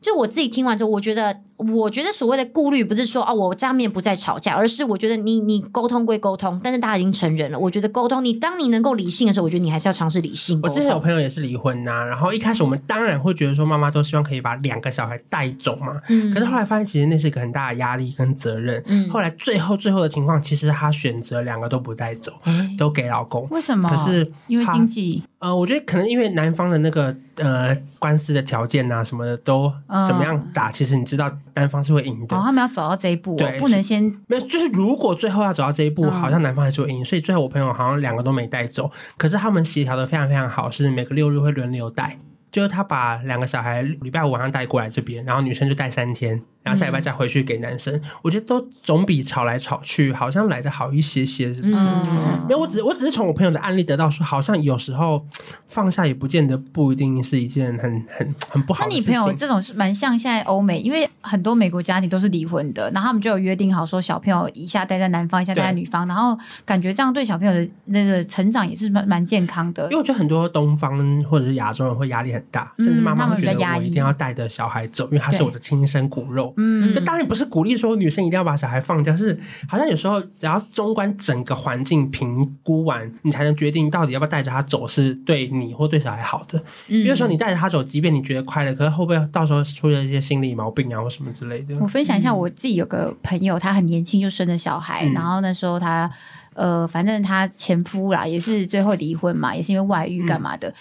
S3: 就我自己听完之后，我觉得，我觉得所谓的顾虑不是说哦，我这面不再吵架，而是我觉得你你沟通归沟通，但是大家已经成人了，我觉得沟通，你当你能够理性的时候，我觉得你还是要尝试理性
S2: 我
S3: 沟
S2: 之前哦有
S3: 通。
S2: 朋友也是离婚呐、然后一开始我们当然会觉得说，妈妈都希望可以把两个小孩带走嘛。
S3: 嗯
S2: 可是后来发现，其实那是一个很大的压力跟责任。
S3: 嗯
S2: 后来最后最后的情况，其实她选择两个都不带走，
S3: 哎
S2: 都给老公。
S1: 为什么？
S2: 可是
S1: 因为
S2: 他
S1: 经济，
S2: 呃，我觉得可能因为男方的那个呃官司的条件啊什么的都
S1: 嗯
S2: 怎么样打，其实你知道单方是会赢的。
S1: 哦，他们要走到这一步、哦，
S2: 对
S1: 不能先
S2: 没有，就是如果最后要走到这一步，
S1: 嗯
S2: 好像男方还是会赢，所以最后我朋友好像两个都没带走。可是他们协调的非常非常好，是每个六日会轮流带，就是他把两个小孩礼拜五晚上带过来这边，然后女生就带三天，然后下
S1: 嗯
S2: 礼拜再回去给男生。我觉得都总比吵来吵去好像来的好一些些，是不是？
S1: 嗯
S2: 没有，我只我只是从我朋友的案例得到说，好像有时候放下也不见得不一定是一件很很很不好
S1: 那
S2: 的
S1: 你
S2: 事
S1: 朋
S2: 情。
S1: 友这种是蛮像现在欧美，因为很多美国家庭都是离婚的，然后他们就有约定好说，小朋友一下待在男方，一下待在
S2: 对
S1: 女方，然后感觉这样对小朋友的那个成长也是蛮蛮健康的
S2: 因为。我觉得很多东方或者是亚洲人会压力很大，甚至妈
S1: 嗯他
S2: 妈
S1: 们
S2: 会觉
S1: 比较
S2: 得
S1: 压
S2: 我
S1: 抑
S2: 一定要带着小孩走，因为他是
S1: 对
S2: 我的亲生骨肉。
S1: 嗯，
S2: 就当然不是鼓励说女生一定要把小孩放掉，是好像有时候只要中观整个环境评估完，你才能决定到底要不要带着他走是对你或对小孩好的。
S1: 嗯
S2: 因为说你带着他走，即便你觉得快乐，可是会不会到时候出了一些心理毛病啊或什么之类的？
S1: 我分享一下，我自己有个朋友，他很年轻就生了小孩，
S2: 嗯
S1: 然后那时候他呃，反正他前夫啦，也是最后离婚嘛，也是因为外遇干
S2: 嗯
S1: 嘛的。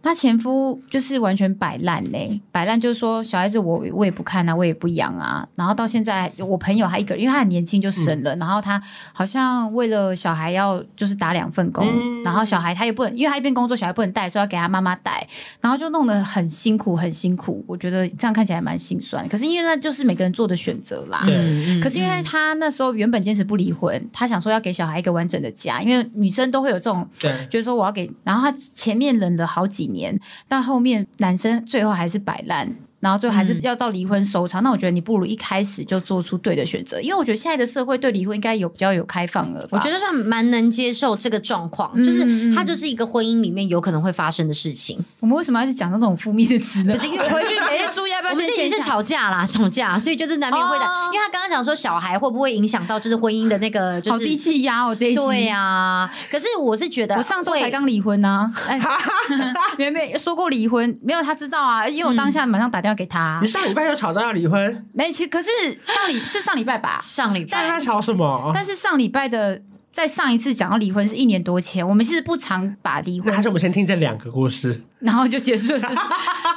S1: 他前夫就是完全摆烂嘞，摆烂就是说小孩子我我也不看啊，我也不养啊。然后到现在，我朋友还一个人，因为他很年轻就生
S2: 嗯
S1: 了，然后他好像为了小孩要就是打两份工，
S2: 嗯
S1: 然后小孩他也不能，因为他一边工作，小孩不能带，所以要给他妈妈带。然后就弄得很辛苦，很辛苦。我觉得这样看起来蛮心酸，可是因为那就是每个人做的选择啦。
S2: 对
S3: 嗯嗯
S1: 可是因为他那时候原本坚持不离婚，他想说要给小孩一个完整的家，因为女生都会有这种，
S2: 对，
S1: 就是说我要给。然后他前面忍了好几年，但后面男生最后还是摆烂，然后最后还是要到离婚收场。那我觉得你不如一开始就做出对的选择，因为我觉得现在的社会对离婚应该有比较有开放了吧。
S3: 我觉得算蛮能接受这个状况，
S1: 嗯
S3: 就是
S1: 嗯
S3: 它
S1: 嗯
S3: 就是一个婚姻里面有可能会发生的事情。
S1: 我们为什么要去讲这种负面的词呢？
S3: 不是因为我
S1: 回去写些书要不不要
S3: 我们
S1: 先
S3: 这集
S1: 线
S3: 是
S1: 上
S3: 吵架啦， 吵架，所以就是难免会的，
S1: 哦
S3: 因为他刚刚讲说小孩会不会影响到就是婚姻的那个就
S1: 好
S3: 是
S1: 低气压哦，这一集。
S3: 对呀、可是我是觉得
S1: 我上周
S3: 会
S1: 才刚离婚呐、啊，哎， 原本说过离婚，没有他知道啊，因为我当下马上打电话给他啊
S2: 你，上礼拜又吵到要离婚，
S1: 没其可是上礼是上礼拜吧，
S3: 上礼
S2: 大家
S3: 拜，
S2: 吵什么？
S1: 但是上礼拜的在上一次讲到离婚是一年多前，我们其实不常把离
S2: 那
S1: 婚
S2: 还，是我们先听这两个故事。
S1: 然后就结束 了。是不是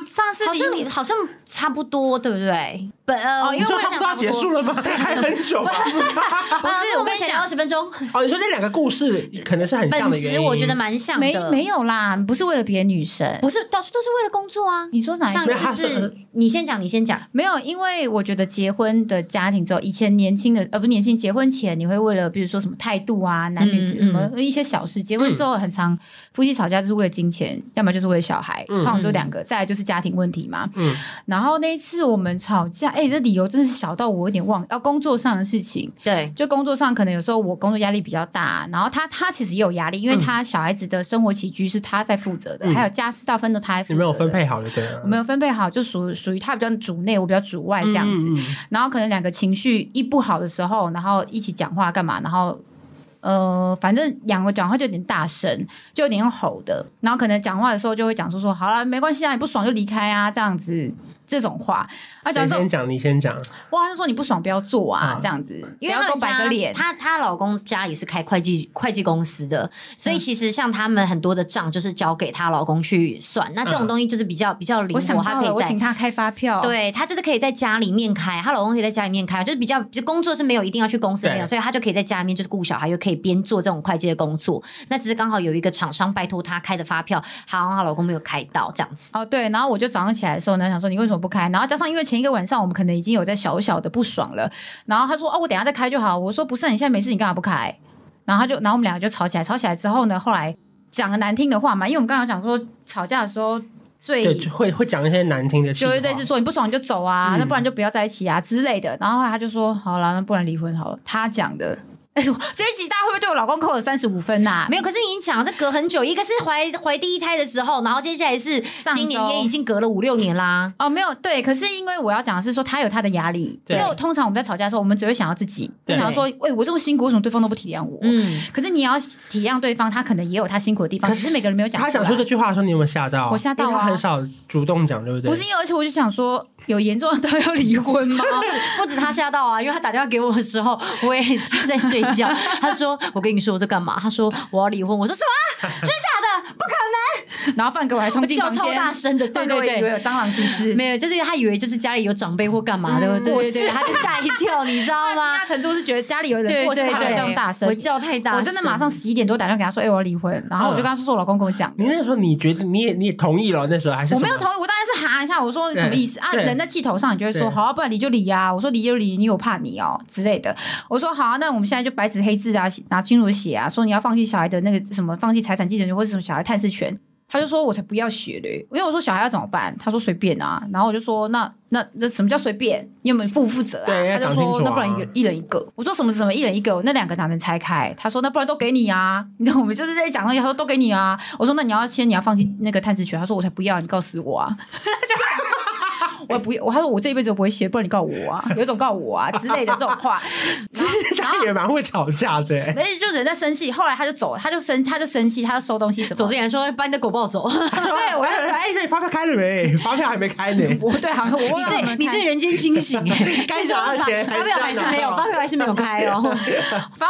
S1: 上次
S3: 好像
S1: 离
S3: 好像差不多，对不对？本呃，
S2: 你
S3: 因为
S2: 说
S3: 我
S2: 差
S3: 想
S2: 不多要结束
S3: 了，
S2: 了吗？还很久 吗。
S3: 不
S1: 是我跟你讲
S3: 二十分钟，
S2: 哦，你说这两个故事可能是很像
S3: 本
S2: 的原
S3: 质
S2: 因，
S3: 我觉得蛮像
S1: 没
S3: 的，
S1: 没有啦，不是为了别的女生，
S3: 不是都是都是为了工作啊。
S1: 你说哪一
S3: 上
S1: 个？
S3: 一次
S1: 呃
S3: 是你先讲，你先讲，
S1: 没有，因为我觉得结婚的家庭之后，以前年轻的呃不是年轻，结婚前你会为了比如说什么态度啊、男
S3: 嗯
S1: 女什么一些小事，结婚之后很常夫妻吵架就是为了金钱，要么就是为了小孩，
S2: 嗯
S1: 通常就两个，再来就是家庭问题嘛。
S2: 嗯
S1: 然后那一次我们吵架，哎、这理由真的是小到我有点忘，要工作上的事情，
S3: 对，
S1: 就工作上可能有时候我工作压力比较大，啊然后他他其实也有压力，因为他小孩子的生活起居是他在负责的，
S2: 嗯
S1: 还有家事大部分都他在负责
S2: 你
S1: 的
S2: 没有分配好就对了，
S1: 我没有分配好，就属属于他比较主内，我比较主外这样子。
S2: 嗯。嗯
S1: 然后可能两个情绪一不好的时候，然后一起讲话干嘛，然后。呃，反正两个讲话就有点大声，就有点用吼的，然后可能讲话的时候就会讲说说，好了，没关系啊，你不爽就离开啊，这样子这种话。他
S2: 嗯
S1: 啊讲
S2: 谁
S1: 说，
S2: 先讲？你先讲。
S1: 哇，他就说你不爽不要做啊，
S2: 嗯
S1: 这样子，
S3: 因为
S1: 不要
S3: 他们
S1: 都
S3: 家
S1: 摆个脸。
S3: 她她老公家里是开会计会计公司的，所以
S1: 嗯
S3: 其实像他们很多的账就是交给她老公去算，那这种
S2: 嗯
S3: 东西就是比较比较灵
S1: 我想
S3: 活，她
S1: 到
S3: 可
S1: 了，
S3: 以
S1: 我
S3: 在
S1: 请他开发票。，
S3: 对她就是可以在家里面开，她老公可以在家里面开，就是比较就工作是没有一定要去公司
S2: 对
S3: 没有，所以她就可以在家里面就是顾小孩，又可以边做这种会计的工作。那只是刚好有一个厂商拜托她开的发票，好，她老公没有开到这样子。
S1: 哦对，然后我就早上起来的时候呢，想说你为什么不开？然后加上因为前一个晚上我们可能已经有在小小的不爽了，然后他说哦我等一下再开就好，我说不是，你现在没事，你干嘛不开？然后他就，然后我们两个就吵起来，吵起来之后呢，后来讲了难听的话嘛，因为我们刚刚讲说吵架的时候最
S2: 对，就会会讲一些难听的气
S1: 就
S2: 话。
S1: 会对是说你不爽你就走啊，
S2: 嗯
S1: 那不然就不要在一起啊之类的。然后后来他就说好了，那不然离婚好了。他讲的，但是我这一集大家会不会对我老公扣了三十五分呐、
S3: 啊没有，可是你讲这隔很久，一个是怀怀第一胎的时候，然后接下来是
S1: 上
S3: 今年
S1: 周
S3: 也已经隔了五六年啦。
S1: 哦，没有对，可是因为我要讲的是说，他有他的压力。
S2: 对
S1: 因为通常我们在吵架的时候，我们只会想要自己，就
S2: 对
S1: 想要说，喂、我这么辛苦，为什么对方都不体谅我？
S3: 嗯，
S1: 可是你也要体谅对方，他可能也有他辛苦的地方，
S2: 可
S1: 只
S2: 是
S1: 是每个人没有讲出
S2: 他
S1: 来。
S2: 讲出这句话的时候，你有没有吓到？
S1: 我吓到啊
S2: 因为他很少主动讲，对不对？
S1: 不是因为，而且我就想说，有严重到要离婚吗？
S3: 不止他吓到啊，因为他打电话给我的时候，我也是在睡觉。他说：“我跟你说我在干嘛？”他说：“我要离婚。”我说：“什么？真的假的？不可
S1: 然后范哥我还冲
S3: 能！”
S1: 进
S3: 叫
S1: 房
S3: 超大
S1: 间，
S3: 声的，对
S1: 范哥我
S3: 对
S1: 以为有
S3: 对。
S1: 蟑螂是不是？
S3: 没有，就是他以为就是家里有长辈或干嘛的，
S2: 嗯
S3: 对
S1: 不
S3: 对
S1: 是
S3: 对，他就吓一跳，你知道
S1: 他
S3: 吗
S1: 大？程度是觉得家里有人
S3: 对
S1: 过世，
S3: 对
S1: 他才
S3: 对，
S1: 这样大声
S3: 我。叫太大声，
S1: 我真的马上十一点多打电话给他说，哎、我要离婚。然后我就跟他说，是我老公跟我讲的
S2: 你。那时候你觉得你也你也同意了，那时候还是
S1: 我
S2: 什
S1: 没
S2: 么
S1: 有同意，我当然是哈一下，我说什么意思啊？
S2: 对
S1: 人在气头上，你就会说
S2: 对
S1: 好、啊，不然离就离啊。我说离就离，你有怕你哦之类的。我说好、啊，那我们现在就白纸黑字啊，拿清楚写啊，说你要放弃小孩的那个什么，放弃财产继承权或是什么小孩探视权。他就说：“我才不要写嘞，因为我说小孩要怎么办？”他说：“随便啊。”然后我就说：“那那那什么叫随便？你有没有负不负责啊？”
S2: 对要
S1: 他就
S2: 讲清
S1: 说
S2: 楚：“啊
S1: 那不然一个一人一个。”我说：“什么什么一人一个？那两个哪能拆开？”他说：“那不然都给你啊。”你知道我们就是在讲东西，他说：“都给你啊。”我说：“那你要签，你要放弃那个探视权。”他说：“我才不要，你告死我啊！” 我不要，我他说我这一辈子都不会写，不然你告我啊，有种告我啊之类的这种话。然后然
S2: 他
S1: 后
S2: 也蛮会吵架的、欸。
S1: 而且就人在生气，后来他就走了，他就生他就生气，他就收东西什么
S3: 走之前说把你的狗抱走，
S1: 对，我就
S2: 哎哎，这发票开了没？发票还没开呢。
S1: 我对，好像我
S3: 你
S1: 忘了
S3: 这你这人间清醒哎，
S2: 该
S3: 这
S2: 找
S3: 种
S2: 的钱
S3: 发票还
S2: 还是
S3: 是
S2: 要
S3: 没有，
S2: 拿
S3: 发票还是没有开
S1: 反正
S3: 哦。
S1: 我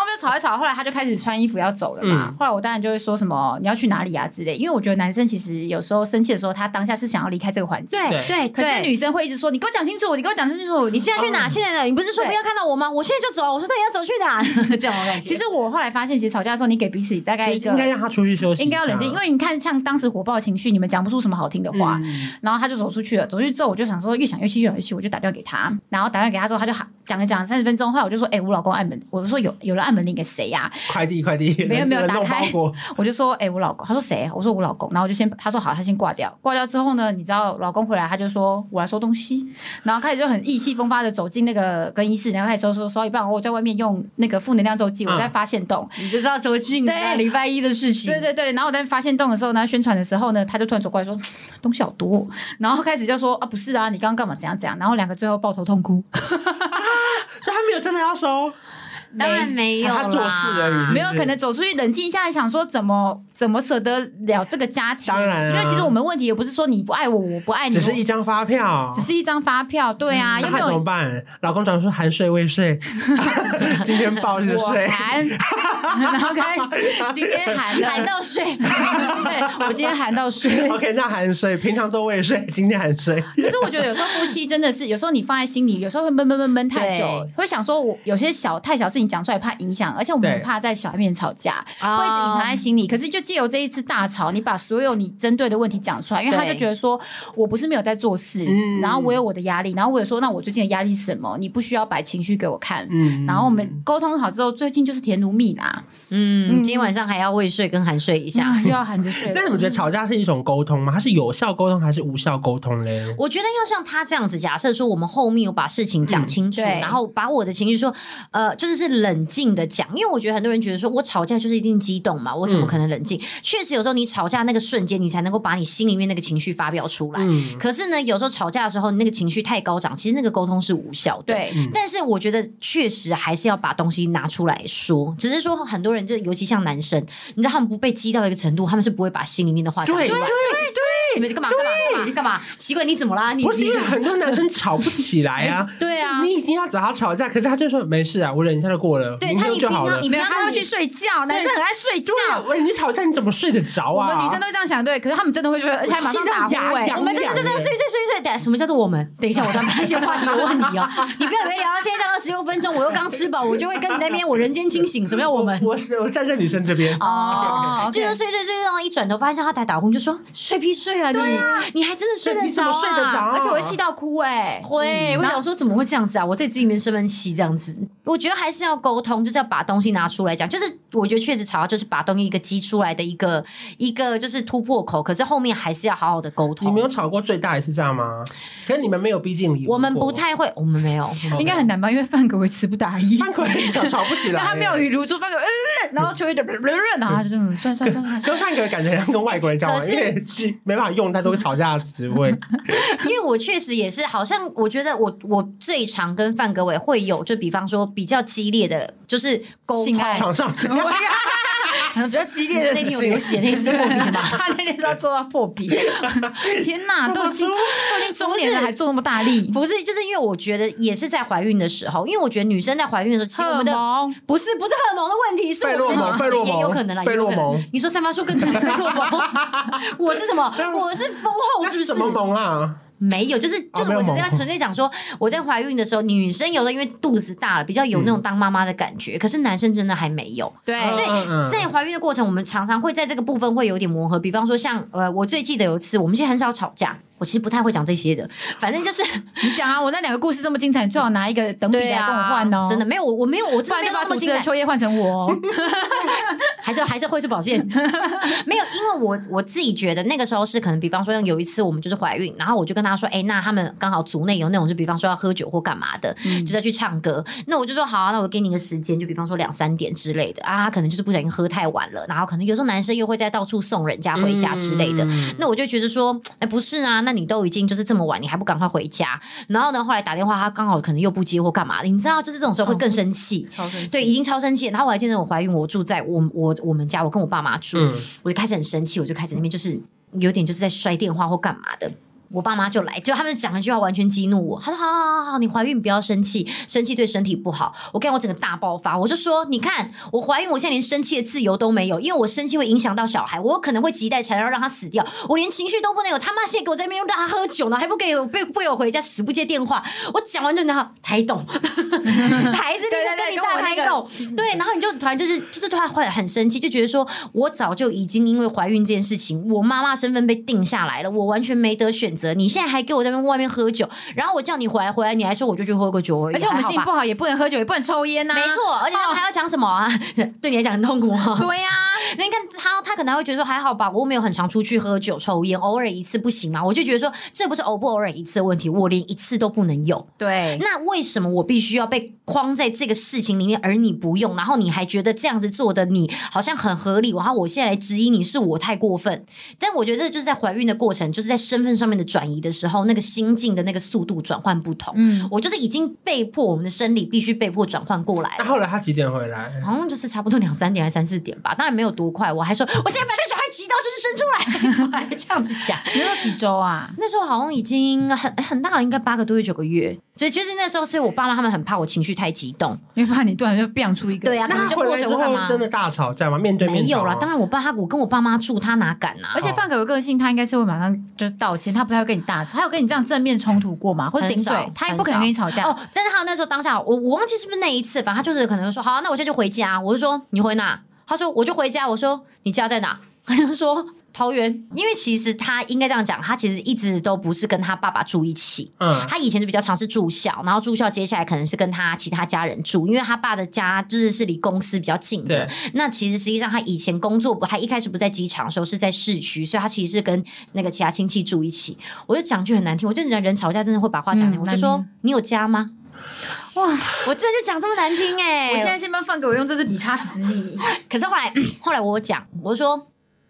S1: 们就吵一吵，后来他就开始穿衣服要走了嘛。
S2: 嗯
S1: 后来我当然就会说什么你要去哪里啊之类，因为我觉得男生其实有时候生气的时候，他当下是想要离开这个环境，
S3: 对对，
S1: 可
S3: 对
S1: 是女生会一直说你给我讲清楚，你给我讲清楚，你
S3: 你现在去
S2: 哦
S3: 哪？现在呢？你不是说不要看到我吗？我现在就走。我说那你要走去 哪？这样我感觉。
S1: 其实我后来发现，其实吵架的时候，你给彼此大概一
S2: 其实
S1: 个
S2: 应该让他出去休息一下，
S1: 应该要冷静，因为你看像当时火爆情绪，你们讲不出什么好听的话，
S2: 嗯
S1: 然后他就走出去了。走出去之后，我就想说越想越气，越想越气，我就打电话给
S2: 嗯
S1: 他。然后打电话给他之后，他就喊讲了讲三十分钟，后来我就说：“哎、我老公按门，我说有有人按门铃给谁啊呀、
S2: 快递快递
S1: 没有没有
S2: 冷
S1: 打
S2: 冻
S1: 开
S2: 包裹，
S1: 我就说：“哎、我老公。”他说：“谁？”我说：“我老公。”然后我就先他说：“好，他先挂掉。”挂掉之后呢，你知道老公回来，他就说：“我来收东西，然后开始就很意气风发的走进那个更衣室，然后开始收收收一半，我在外面用那个负能量周记，我在
S2: 嗯
S1: 发现洞，
S3: 你就知道多近啊！
S1: 对
S3: 礼拜一的事情，
S1: 对对对，然后我在发现洞的时候呢，宣传的时候呢，他就突然走过来说东西好多哦，然后开始就说啊不是啊，你刚刚干嘛怎样怎样，然后两个最后抱头痛哭，
S2: 嗯所以他没有真的要收，
S3: 当然没有啦
S2: 他做事而已
S1: 没有可能走出去冷静一下，想说怎么怎么舍得了这个家庭，
S2: 当然啊
S1: 因为其实我们问题也不是说你不爱我，我不哎爱你，
S2: 只是一张发票，
S1: 只是一张发票，对啊，
S2: 那
S1: 又
S2: 他
S1: 没
S2: 怎么
S1: 有
S2: 办？老公常说含税未税， 今天报这个
S1: 我
S2: 税，
S1: 含，然后开今天含了
S3: 喊，到睡，
S1: 对我今天含到税。
S2: OK，那含税，平常都未税，今天 含税，
S1: 可是我觉得有时候夫妻真的是，有时候你放在心里，有时候会闷闷闷闷太久
S3: 对，
S1: 会想说我有些小太小事情讲出来怕影响，而且我们
S2: 对
S1: 很怕在小孩面前吵架，会一直隐
S3: 啊
S1: 藏在心里。可是就借由这一次大吵，你把所有你针对的问题讲出来，因为他
S3: 对
S1: 就觉得说我不是没有在做事，
S2: 嗯
S1: 然后我有我的压力，然后我有说那我最近的压力是什么？你不需要摆情绪给我看。
S2: 嗯
S1: 然后我们沟通好之后，最近就是甜如蜜啦，
S3: 嗯，
S1: 嗯
S3: 今天晚上还要未睡跟含睡一下。
S1: 啊又要含着睡了。
S2: 那你们觉得吵架是一种沟通吗？它是有效沟通还是无效沟通嘞？
S3: 我觉得要像他这样子，假设说我们后面有把事情讲清楚，
S1: 嗯对
S3: 然后把我的情绪说，呃，就是是冷静的讲，因为我觉得很多人觉得说我吵架就是一定激动嘛，我怎么可能冷静？确实有时候你吵架那个瞬间，你才能够把你心里面那个情绪发表出来。
S2: 嗯，
S3: 可是呢，有时候吵架的时候，你那个情绪太高涨，其实那个沟通是无效的。
S1: 对，
S3: 但是我觉得确实还是要把东西拿出来说，只是说很多人就尤其像男生，你知道他们不被激到一个程度，他们是不会把心里面的话讲出来。
S2: 对对
S3: 你们干嘛干嘛干嘛干嘛？奇怪，你怎么啦？你
S2: 不是
S3: 你
S2: 因为很多男生吵不起来啊，
S1: 对啊
S2: 是你已经要找他吵架，可是他就说没事啊，我忍一下就过了，
S3: 对
S2: 明
S3: 他
S2: 天
S3: 你
S2: 就好
S3: 平常
S2: 了。
S3: 你
S1: 没有，他会去睡觉，男生很爱睡觉
S2: 对。啊，喂，你吵架你怎么睡得着
S1: 我
S2: 啊？
S1: 们女生都会这样想，对，可是他们真的会睡，而且还马上打呼、
S2: 我气到
S1: 哎
S2: 痒，
S3: 我们真的就在睡睡睡睡，等什么叫做我们？等一下，我突然发现话题有问题哦！ 你不要以为聊到现在才二十六分钟，我又刚吃饱，我就会跟你那边我人间清醒，什么叫我们？
S2: 我我站在女生这边，
S1: 哦，
S3: 就是
S1: OK
S3: 睡睡睡，然后一转头发现他打打呼，就说睡屁睡啊！对啊，你还真的睡
S2: 对
S3: 得
S2: 你怎
S3: 着
S2: 么
S3: 啊？
S2: 睡得嗯着啊？
S1: 而且我会气到哭哎、
S3: 会，我想说怎么会这样子啊？我在自己里面生闷气这样子，我觉得还是要沟通，就是要把东西拿出来讲。就是我觉得确实吵架就是把东西一个激出来的一个一个就是突破口，可是后面还是要好好的沟
S2: 你们
S3: 通。
S2: 有吵过最大一次架吗？可是你们没有逼近离，
S3: 我们不。太会，我们 没有，
S1: 应该很难吧？因为范可维词不达意，
S2: 范可也吵吵不起来，
S1: 但他妙语如珠，范可维、呃然后就有点，然后他就这种算算算算算，
S2: 跟范可感觉像跟外国人交往，
S3: 可是
S2: 因为是没办法用太多吵架的词 汇。
S3: 因为我确实也是，好像我觉得我我最常跟范格伟会有，就比方说比较激烈的，就是沟通
S1: 性。爱
S2: 床上
S1: 可能比较激烈的
S3: 那
S1: 事
S3: 天
S1: 情
S3: 我有写那支破笔嘛，
S1: 他那天是要做到破皮，天哪，都已经都已经中年了，还做那么大力，
S3: 不是，就是因为我觉得也是在怀孕的时候，因为我觉得女生在怀孕的时候，其实我们的
S1: 荷尔蒙
S3: 不是不是荷尔蒙的问题，是我们的
S2: 费洛蒙
S3: 也有可能啦，
S2: 费洛蒙
S3: 也有
S2: 费洛
S3: 可能
S2: 蒙。
S3: 你说散发出更强的费洛蒙，我是什 么？我是丰厚，
S2: 那
S3: 是不
S2: 是
S3: 是
S2: 什？么萌啊？
S3: 没有，就是
S2: 哦
S3: 就是，
S2: 没有
S3: 我只
S2: 蒙
S3: 是在纯粹讲说，我在怀孕的时候，女生有的因为肚子大了，比较有那种当妈妈的感觉，可是男生真的还没有。
S1: 对，
S2: 嗯
S3: 所以
S2: 嗯嗯
S3: 在怀孕的过程，我们常常会在这个部分会有点磨合。比方说像，呃，我最记得有一次，我们现在很少吵架，我其实不太会讲这些的，反正就是
S1: 你讲啊，我那两个故事这么精彩，你最好拿一个等比来跟我换哦，
S3: 啊真的。没有，我我没有，我
S1: 不
S3: 真的
S1: 然
S3: 没
S1: 就
S3: 有
S1: 把
S3: 那么
S1: 主持
S3: 精彩
S1: 人。秋叶换成我、哦，
S3: 还是还是会是保健， 没有，因为我我自己觉得那个时候是可能，比方说像有一次我们就是怀孕，然后我就跟他说，哎、那他们刚好组内有那种就比方说要喝酒或干嘛的，嗯就再去唱歌，那我就说好、啊，那我给你个时间，就比方说两三点之类的啊，他可能就是不小心喝太晚了，然后可能有时候男生又会在到处送人家回家之类的，
S2: 嗯
S3: 那我就觉得说，哎、不是啊，那你都已经就是这么晚，你还不赶快回家？然后呢，后来打电话，他刚好可能又不接或干嘛的，你知道，就是这种时候会更生气。
S1: 超生气
S3: 对，已经超生气了。然后我还记得我怀孕，我住在我我我们家，我跟我爸妈住，
S2: 嗯
S3: 我就开始很生气，我就开始那边就是有点就是在摔电话或干嘛的。我爸妈就来，就他们讲了一句话，完全激怒我。他说：“好好好好，你怀孕不要生气，生气对身体不好。”我看我整个大爆发，我就说：“你看，我怀孕，我现在连生气的自由都没有，因为我生气会影响到小孩，我有可能会脐带缠绕让他死掉，我连情绪都不能有。他妈现在给我在那边又让他喝酒呢，还不给我不不给我回家，死不接电话。”我讲完就然后台 懂，孩子
S1: 对对对
S3: 那个跟你
S1: 跟我
S3: 大
S1: 那
S3: 台
S1: 个
S3: 懂，对，然后你就突然就是就是突然会很生气，就觉得说我早就已经因为怀孕这件事情，我妈妈身份被定下来了，我完全没得选择。你现在还给我在那边外面喝酒，然后我叫你回来回来，你还说我就去喝个酒而已，
S1: 而且我们心情
S3: 还好
S1: 不
S3: 吧。
S1: 好，也不能喝酒，也不能抽烟呐、哦
S3: 没错，而且他们还要讲什么啊？对你来讲很痛苦啊、
S1: 对呀、
S3: 那你看他，他可能还会觉得说还好吧，我又没有很常出去喝酒抽烟，偶尔一次不行吗？我就觉得说这不是偶不偶尔一次的问题，我连一次都不能有。
S1: 对，
S3: 那为什么我必须要被框在这个事情里面，而你不用？然后你还觉得这样子做的你好像很合理，然后我现在来质疑你是我太过分？但我觉得这就是在怀孕的过程，就是在身份上面的转移的时候，那个心境的那个速度转换不同。
S1: 嗯，
S3: 我就是已经被迫，我们的生理必须被迫转换过来
S2: 那
S3: 了。
S2: 后来他几点回来？
S3: 好像就是差不多两三点还是三四点吧，当然没有多快。我还说，我现在把那小孩急到就是生出来，我还这样子讲。
S1: 你说几周啊？
S3: 那时候好像已经很很大了，应该八个多月、九个月，所以就是那时候，所以我爸妈他们很怕我情绪太激动。
S1: 因为怕你突然就变出一个，
S3: 对啊
S2: 那他
S3: 他们就
S2: 回来之
S3: 泼水会干
S2: 后
S3: 嘛
S2: 真的大吵架吗？面对面
S3: 没有
S2: 吵啊
S3: 啦，
S2: 吗
S3: 当然我爸他我跟我爸妈住，他哪敢啊？
S1: 而且范可有个性，他应该是会马上就道歉，他不太会跟你大吵，他有跟你这样正面冲突过吗？或者顶
S3: 很
S1: 嘴
S3: 少，
S1: 他也不可能跟你吵架。
S3: 哦，但是他那时候当下，我我忘记是不是那一次，反正他就是可能就说好、那我现在就回家。我就说你回哪？他说我就回家。我说你家在哪？ 他就说桃园，因为其实他应该这样讲，他其实一直都不是跟他爸爸住一起。
S2: 嗯，
S3: 他以前就比较常是住校，然后住校接下来可能是跟他其他家人住，因为他爸的家就是是离公司比较近的
S2: 对。
S3: 那其实实际上他以前工作不，他一开始不在机场的时候是在市区，所以他其实是跟那个其他亲戚住一起。我就讲句很难听，我觉得人吵架真的会把话讲
S1: 嗯
S3: 难，我
S1: 难
S3: 就说
S1: 听
S3: 你有家吗？哇，我真的就讲这么难听哎、
S1: 我现在先帮范可，我用这支笔插死你。
S3: 可是后来 后来我讲，我说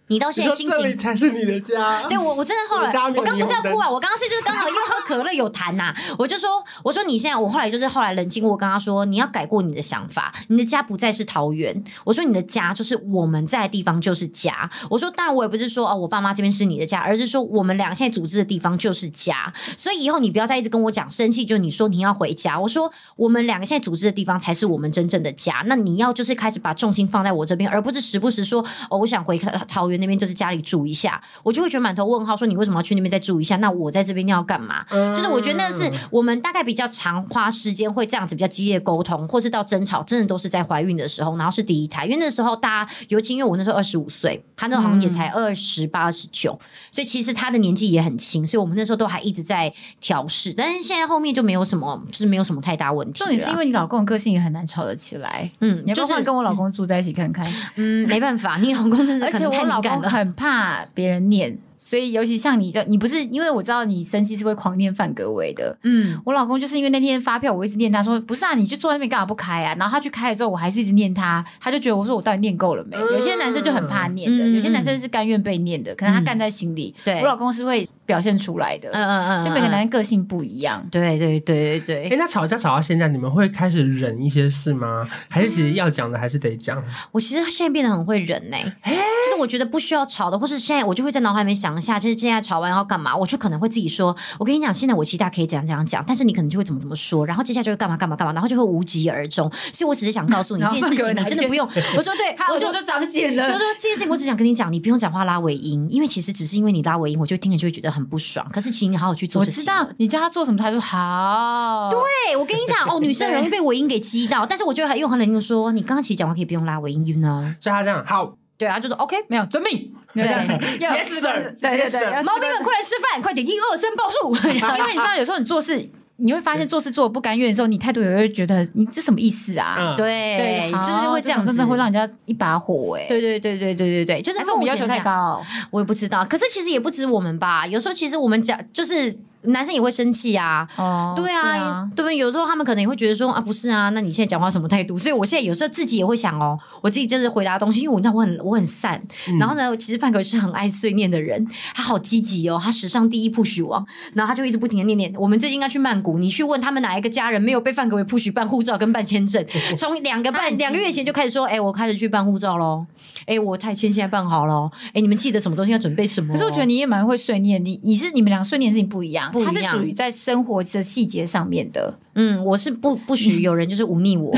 S3: 你到
S2: 你
S3: 现在
S2: 说
S3: 心
S2: 这里
S3: 情。
S2: 才是你的家，
S3: 对我，我真的后来
S2: 我家，没有
S3: 我刚不是要
S2: 霓虹
S3: 哭啊，我刚刚是就是刚好又喝可乐有痰呐、我就说，我说你现在，我后来就是后来冷静过，我跟他说，你要改过你的想法，你的家不再是桃园，我说你的家就是我们在的地方就是家，我说当然我也不是说哦，我爸妈这边是你的家，而是说我们俩现在组织的地方就是家，所以以后你不要再一直跟我讲生气，就你说你要回家，我说我们两个现在组织的地方才是我们真正的家，那你要就是开始把重心放在我这边，而不是时不时说哦，我想回桃桃园那边，就是家里住一下，我就会觉得满头问号，说你为什么要去那边再住一下？那我在这边要干嘛？
S2: 嗯
S3: 就是我觉得那是我们大概比较常花时间会这样子比较激烈沟通，或是到争吵，真的都是在怀孕的时候，然后是第一胎，因为那时候大家，尤其因为我那时候二十五岁，他那时候好
S1: 嗯
S3: 像也才二十八、二十九，所以其实他的年纪也很轻，所以我们那时候都还一直在调试，但是现在后面就没有什么，就是没有什么太大问题了。啊
S1: 重点是因为你老公的个性也很难吵得起来，
S3: 嗯，
S1: 你要不
S3: 就
S1: 要
S3: 是
S1: 换跟我老公住在一起看看？
S3: 嗯，没办法，你老公真的
S1: 而
S3: 可
S1: 且
S3: 能
S1: 我
S3: 太
S1: 老
S3: 敏感
S1: 公
S3: 了。
S1: 很怕别人念，所以尤其像你这，你不是因为我知道你生气是会狂念范格维的。
S3: 嗯，
S1: 我老公就是因为那天发票，我一直念他说不是啊，你就坐在那边干嘛不开啊？然后他去开了之后，我还是一直念他，他就觉得我说我到底念够了没？
S2: 嗯
S1: 有些男生就很怕念的，
S3: 嗯嗯嗯
S1: 有些男生是甘愿被念的，可能他干在心里。
S3: 对
S1: 我老公是会表现出来的，
S3: 嗯嗯嗯，
S1: 就每个
S3: 嗯
S1: 男人个性不一样。
S3: 对对对对
S2: 哎、
S3: 对，
S2: 那吵架吵到现在，你们会开始忍一些事吗？还是其
S1: 嗯
S2: 实要讲的还是得讲？
S3: 我其实现在变得很会忍呢、就是我觉得不需要吵的，或是现在我就会在脑海里面想一下，就是现在吵完要干嘛，我就可能会自己说，我跟你讲，现在我期待可以怎样怎样讲，但是你可能就会怎么怎么说，然后接下来就会干嘛干嘛干嘛，然后就会无疾而终。所以我只是想告诉你
S1: 然
S3: 这
S1: 后
S3: 件事
S1: 各位
S3: 情，
S1: 哪
S3: 你真的
S1: 天
S3: 不用，我说对，我就
S1: 就长茧
S3: 就是说这件事情，我只想跟你讲，你不用讲话拉尾音，因为其实只是因为你拉尾音，我就听了就会觉得很不爽。可是请你好好去做
S1: 我
S3: 就
S1: 知
S3: 行
S1: 道
S3: 了。
S1: 你叫他做什么，他说好。对，
S3: 对，我跟你讲哦，女生很容易被尾音给激到，但是我觉得还用很冷静地说，你刚刚其实讲话可以不用拉尾音，you know？
S2: 所以他这样好，
S3: 对啊，就说 OK，
S1: 没有遵命。
S3: 对
S1: 要
S2: Yes,
S1: 四
S2: sir.
S1: 对对
S2: Yes,
S1: 对
S2: sir.，
S1: 要士
S3: 猫咪
S1: 官
S3: 们快来吃饭，快点一二声报数。
S1: 因为你知道，有时候你做事，你会发现做事做的不甘愿的时候，你态度也会觉得你这什么意思啊？
S2: 嗯，，
S3: 对，
S1: 好
S3: 就是会这样
S1: 种
S3: 子，
S1: 真的会让。人家一把火哎。
S3: 对，对对对对对对，就是
S1: 但是我们
S3: 目
S1: 要
S3: 前
S1: 求太
S3: 这样，
S1: 高，
S3: 我也不知道。可是其实也不止我们吧，有时候其实我们讲，就是男生也会生气啊。
S1: 哦
S3: 对啊，，对不对？有时候他们可能也会觉得说啊，不是啊，那你现在讲话什么态度？所以我现在有时候自己也会想哦，我自己就是回答东西，因为我知道我很我很散。然后呢，其实范可是很爱碎念的人，他好积极哦，他史上第一 push 王，然后他就一直不停的念念。我们最近要去曼谷，你去问他们哪一个家人没有被范可为 push 办护照跟办签证，从两个
S1: 他很积极
S3: 半两个月前就开始说，哎、我开始去办护照喽，哎、我泰签现在办好喽，哎、你们记得什么东西要准备什么哦？
S1: 可是我觉得你也蛮会碎念，你你是你们俩碎念的事情不一样，
S3: 不一
S1: 他
S3: 样
S1: 是属于在生活的细节上面的。
S3: 嗯，我是不 不许有人就是忤逆我。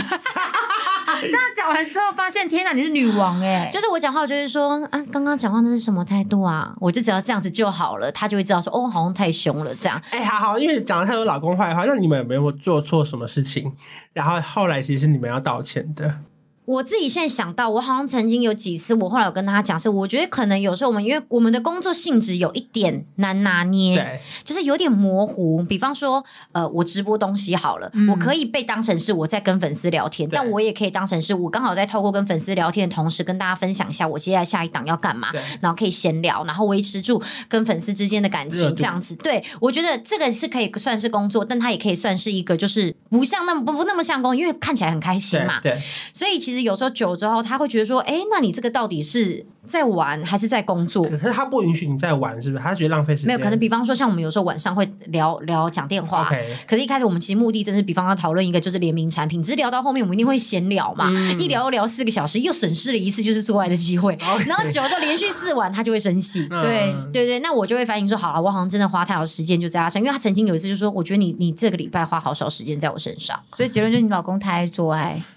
S1: 这样讲完之后，发现天哪，你是女王哎！
S3: 就是我讲话，我就会说啊，刚刚讲话那是什么态度啊？我就只要这样子就好了，他就会知道说哦，好像太凶了这样。
S2: 哎、好好，因为讲了太多老公坏话，那你们有没有做错什么事情？然后后来其实是你们要道歉的，
S3: 我自己现在想到，我好像曾经有几次，我后来有跟他讲，是我觉得可能有时候我们因为我们的工作性质有一点难拿捏，
S2: 对，
S3: 就是有点模糊。比方说，呃，我直播东西好了，
S1: 嗯
S3: 我可以被当成是我在跟粉丝聊天，
S2: 对
S3: 但我也可以当成是我刚好在透过跟粉丝聊天的同时，跟大家分享一下我接下来下一档要干嘛。
S1: 啊
S2: 对，
S3: 然后可以闲聊，然后维持住跟粉丝之间的感
S2: 热
S3: 情，
S2: 度
S3: 这样子。对我觉得这个是可以算是工作，但它也可以算是一个就是不像那么不不那么像工作，因为看起来很开心
S2: 对
S3: 嘛，。
S2: 对，
S3: 所以其实有时候久了之后，他会觉得说，哎，那你这个到底是在玩还是在工作？
S2: 可是他不允许你再玩，是不是？他觉得浪费时间。
S3: 没有，可能比方说像我们有时候晚上会聊聊讲电话。
S2: OK，
S3: 可是，一开始我们其实目的真是，比方要讨论一个就是联名产品，只是聊到后面我们一定会闲聊嘛，
S2: 嗯
S3: 一聊又聊四个小时，又损失了一次就是做爱的机会。然后久了就连续四晚，他就会生气。
S2: 嗯
S1: 对
S3: 对对，那我就会反省说，好了，我好像真的花太少时间就在他身上，因为他曾经有一次就说，我觉得你你这个礼拜花好少时间在我身上。
S1: 所以结论就是你老公太爱做爱。嗯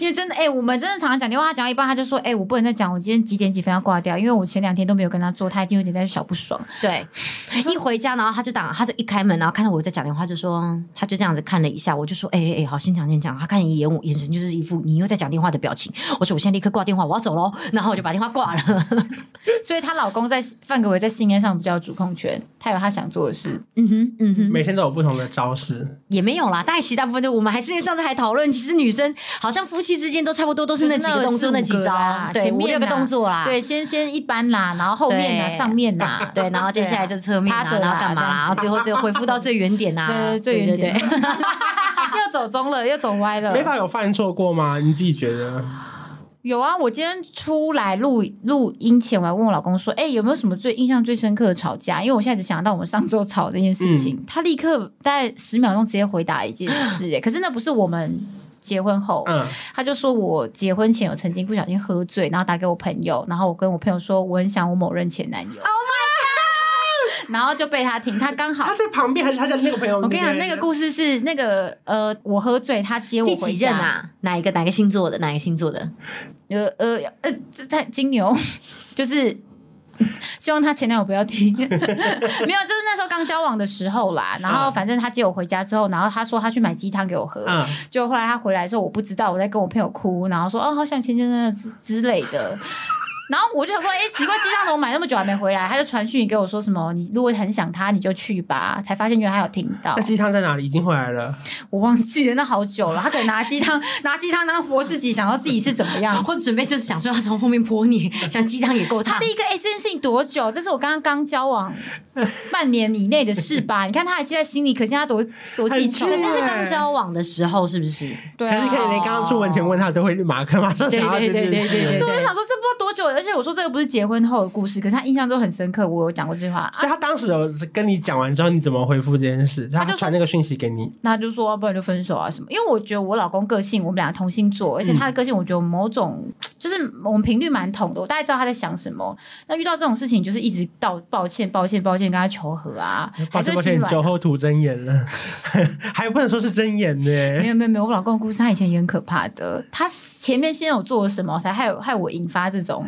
S1: 因为真的，哎、我们真的常常讲电话，他讲到一半他就说，哎、我不能再讲，我今天几点几分要挂掉，因为我前两天都没有跟他做，他已经有点在小不爽。
S3: 对，一回家，然后他就打，他就一开门，然后看到我在讲电话，就说，他就这样子看了一下，我就说，哎哎哎，好，先讲先讲。他看一眼我，眼神就是一副你又在讲电话的表情。我说我现在立刻挂电话，我要走喽。然后我就把电话挂了。
S1: 所以她老公在范格维在性爱上比较有主控权，他有他想做的事。
S3: 嗯哼，嗯哼，
S2: 每天都有不同的招式，
S3: 也没有啦。大概其他部分就我们还之前上次还讨论，其实女生好像夫妻之间都差不多都是那几
S1: 就是
S3: 个
S1: 那
S3: 动作、
S1: 四五
S3: 那几
S1: 个啦
S3: 招，对，
S1: 前
S3: 五
S1: 面
S3: 六个
S1: 呐
S3: 动作啦，
S1: 对，先先一般啦，然后后面啦，
S3: 啊对
S1: 上面啊啦，
S3: 对，然后接下来就侧面、啊，
S1: 趴着啦
S3: 然后干嘛啦，
S1: 这样子
S3: 然后 最后就恢复到最原点啊，
S1: 对对最原点
S3: 对对对
S1: 又走中了，又走歪了。
S2: 美宝有犯错过吗？你自己觉得？
S1: 有啊，我今天出来录录音前，我还问我老公说：“哎、有没有什么最印象最深刻的吵架？”因为我现在只想到我们上周吵的那件事情，他立刻大概十秒钟直接回答一件事、哎，可是那不是我们结婚后，
S2: 嗯，
S1: 他就说我结婚前有曾经不小心喝醉，然后打给我朋友，然后我跟我朋友说我很想我某任前男友。Oh my god！然后就被他听，他刚好
S2: 他。在旁边还是他在那个朋友？
S1: 我跟你讲，那个故事是那个呃，我喝醉，他接我
S3: 第
S1: 回
S3: 几
S1: 家。
S3: 任啊？哪一个哪个星座的？哪一个星座的？
S1: 呃呃呃，这在金牛，就是 希望她前男友不要听， 没有，就是那时候刚交往的时候啦。然后
S2: 嗯
S1: 反正他接我回家之后，然后他说他去买鸡汤给我喝，
S2: 嗯，
S1: 就后来他回来之后，我不知道我在跟我朋友哭，然后说哦好想前前男友之之类的。然后我就想说，哎、奇怪，鸡汤怎么买那么久还没回来？他就传讯给我说什么，你如果很想他，你就去吧。才发现原来他有听到
S2: 那，鸡汤在哪里？已经回来了。
S1: 我忘记了，那好久了。他可能拿鸡汤，拿鸡汤当活自己，想要自己是怎么样。
S3: 或者准备就是想说要从后面 泼你，像鸡汤也够
S1: 他
S3: 烫。
S1: 第一个哎、欸这件事情多久？这是我刚刚刚交往半年以内的事吧？你看他还记在心里，可见他多多记仇。
S2: 很
S3: 可
S2: 久
S3: 是
S2: 欸
S3: 是刚交往的时候，是不是？
S1: 对
S2: 啊
S1: 啊
S2: 可是可以连刚刚出门前问他都会立马克马上想要这件事。
S3: 对对对对
S1: 对，我就想说这不知道多久，而且我说这个不是结婚后的故事，可是他印象中很深刻。我有讲过这句话，啊
S2: 所以他当时有跟你讲完之后，你怎么回复这件事？他
S1: 就说
S2: 传那个讯息给你，
S1: 那他就说要不然就分手啊什么。因为我觉得我老公个性，我们俩同星座，而且
S2: 嗯
S1: 他的个性，我觉得某种、就是我们频率蛮同的，我大概知道他在想什么。那遇到这种事情，就是一直道抱歉、抱歉、抱歉，跟他求和啊，
S2: 抱
S1: 还是
S2: 歉
S1: 会心
S2: 抱歉，你
S1: 软啊。
S2: 酒后吐真 言了，还不能说是真言呢
S1: 没。有没有没有，我老公的故事他以前也很可怕的，他前面先有做了什么，才害害我引发这种，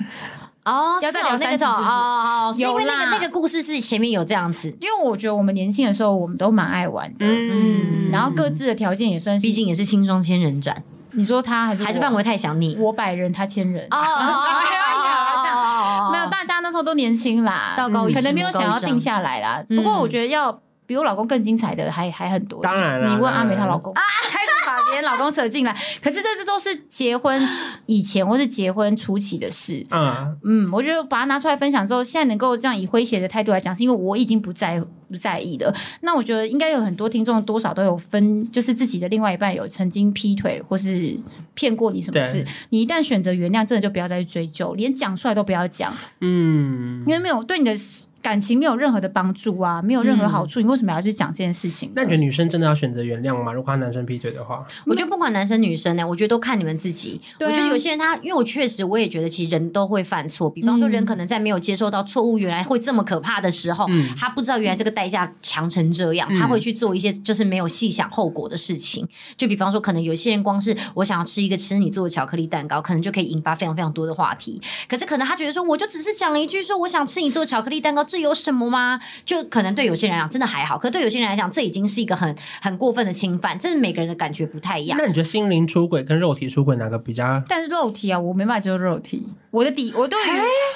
S3: 哦，
S1: 要
S3: 是
S1: 再
S3: 哦
S1: 聊
S3: 那个
S1: 三
S3: 时
S1: 次
S3: 候
S1: 是不是
S3: 哦，哦是因为那
S1: 有
S3: 个
S1: 啦
S3: 那个故事是前面有这样子，
S1: 因为我觉得我们年轻的时候我们都蛮爱玩的，
S2: 嗯，
S1: 然后各自的条件也算是，
S3: 毕竟也是青装千人斩，
S1: 你说他还是
S3: 还是
S1: 我
S3: 范围太想你。
S1: 我百人他千人
S3: 哦哦哦
S1: 哎这样
S3: 哦
S1: 没有，大家那时候都年轻啦，
S3: 道高一尺
S1: 可能没有
S3: 魔高
S1: 想
S3: 一
S1: 要
S3: 丈
S1: 定下来啦。
S3: 嗯
S1: 不过我觉得要比我老公更精彩的还还很多。
S2: 当然啦
S1: 你问阿
S2: 当然
S1: 美她老公， 开始把别人老公扯进来，可是这些都是结婚以前或是结婚初期的事。
S2: 嗯，
S1: 嗯，我觉得把它拿出来分享之后，现在能够这样以诙谐的态度来讲，是因为我已经不在不在意了。那我觉得应该有很多听众多少都有分，就是自己的另外一半有曾经劈腿或是骗过你什么事
S2: 对，
S1: 你一旦选择原谅，真的就不要再去追究，连讲出来都不要讲，
S2: 嗯
S1: 因，为没有对你的感情没有任何的帮助啊，没有任何好处，你为什么要去讲这件事情呢？
S2: 嗯那你觉得女生真的要选择原谅吗？如果他男生劈腿的话，
S3: 我觉得不管男生女生呢、我觉得都看你们自己。
S1: 对啊
S3: 我觉得有些人他，因为我确实我也觉得，其实人都会犯错。比方说，
S1: 嗯
S3: 人可能在没有接受到错误原来会这么可怕的时候，
S2: 嗯
S3: 他不知道原来这个代价强成这样，
S2: 嗯
S3: 他会去做一些就是没有细想后果的事情。就比方说，可能有些人光是我想要吃一个吃你做的巧克力蛋糕，可能就可以引发非常非常多的话题。可是可能他觉得说，我就只是讲了一句说我想吃你做的巧克力蛋糕，这有什么吗？就可能对有些人来讲真的还好，可对有些人来讲，这已经是一个很 很过分的侵犯，这是每个人的感觉不太一样。
S2: 那你觉得心灵出轨跟肉体出轨哪个比较？
S1: 但是肉体啊，我没办法接受肉体。我的底，
S2: 哎
S1: 我对于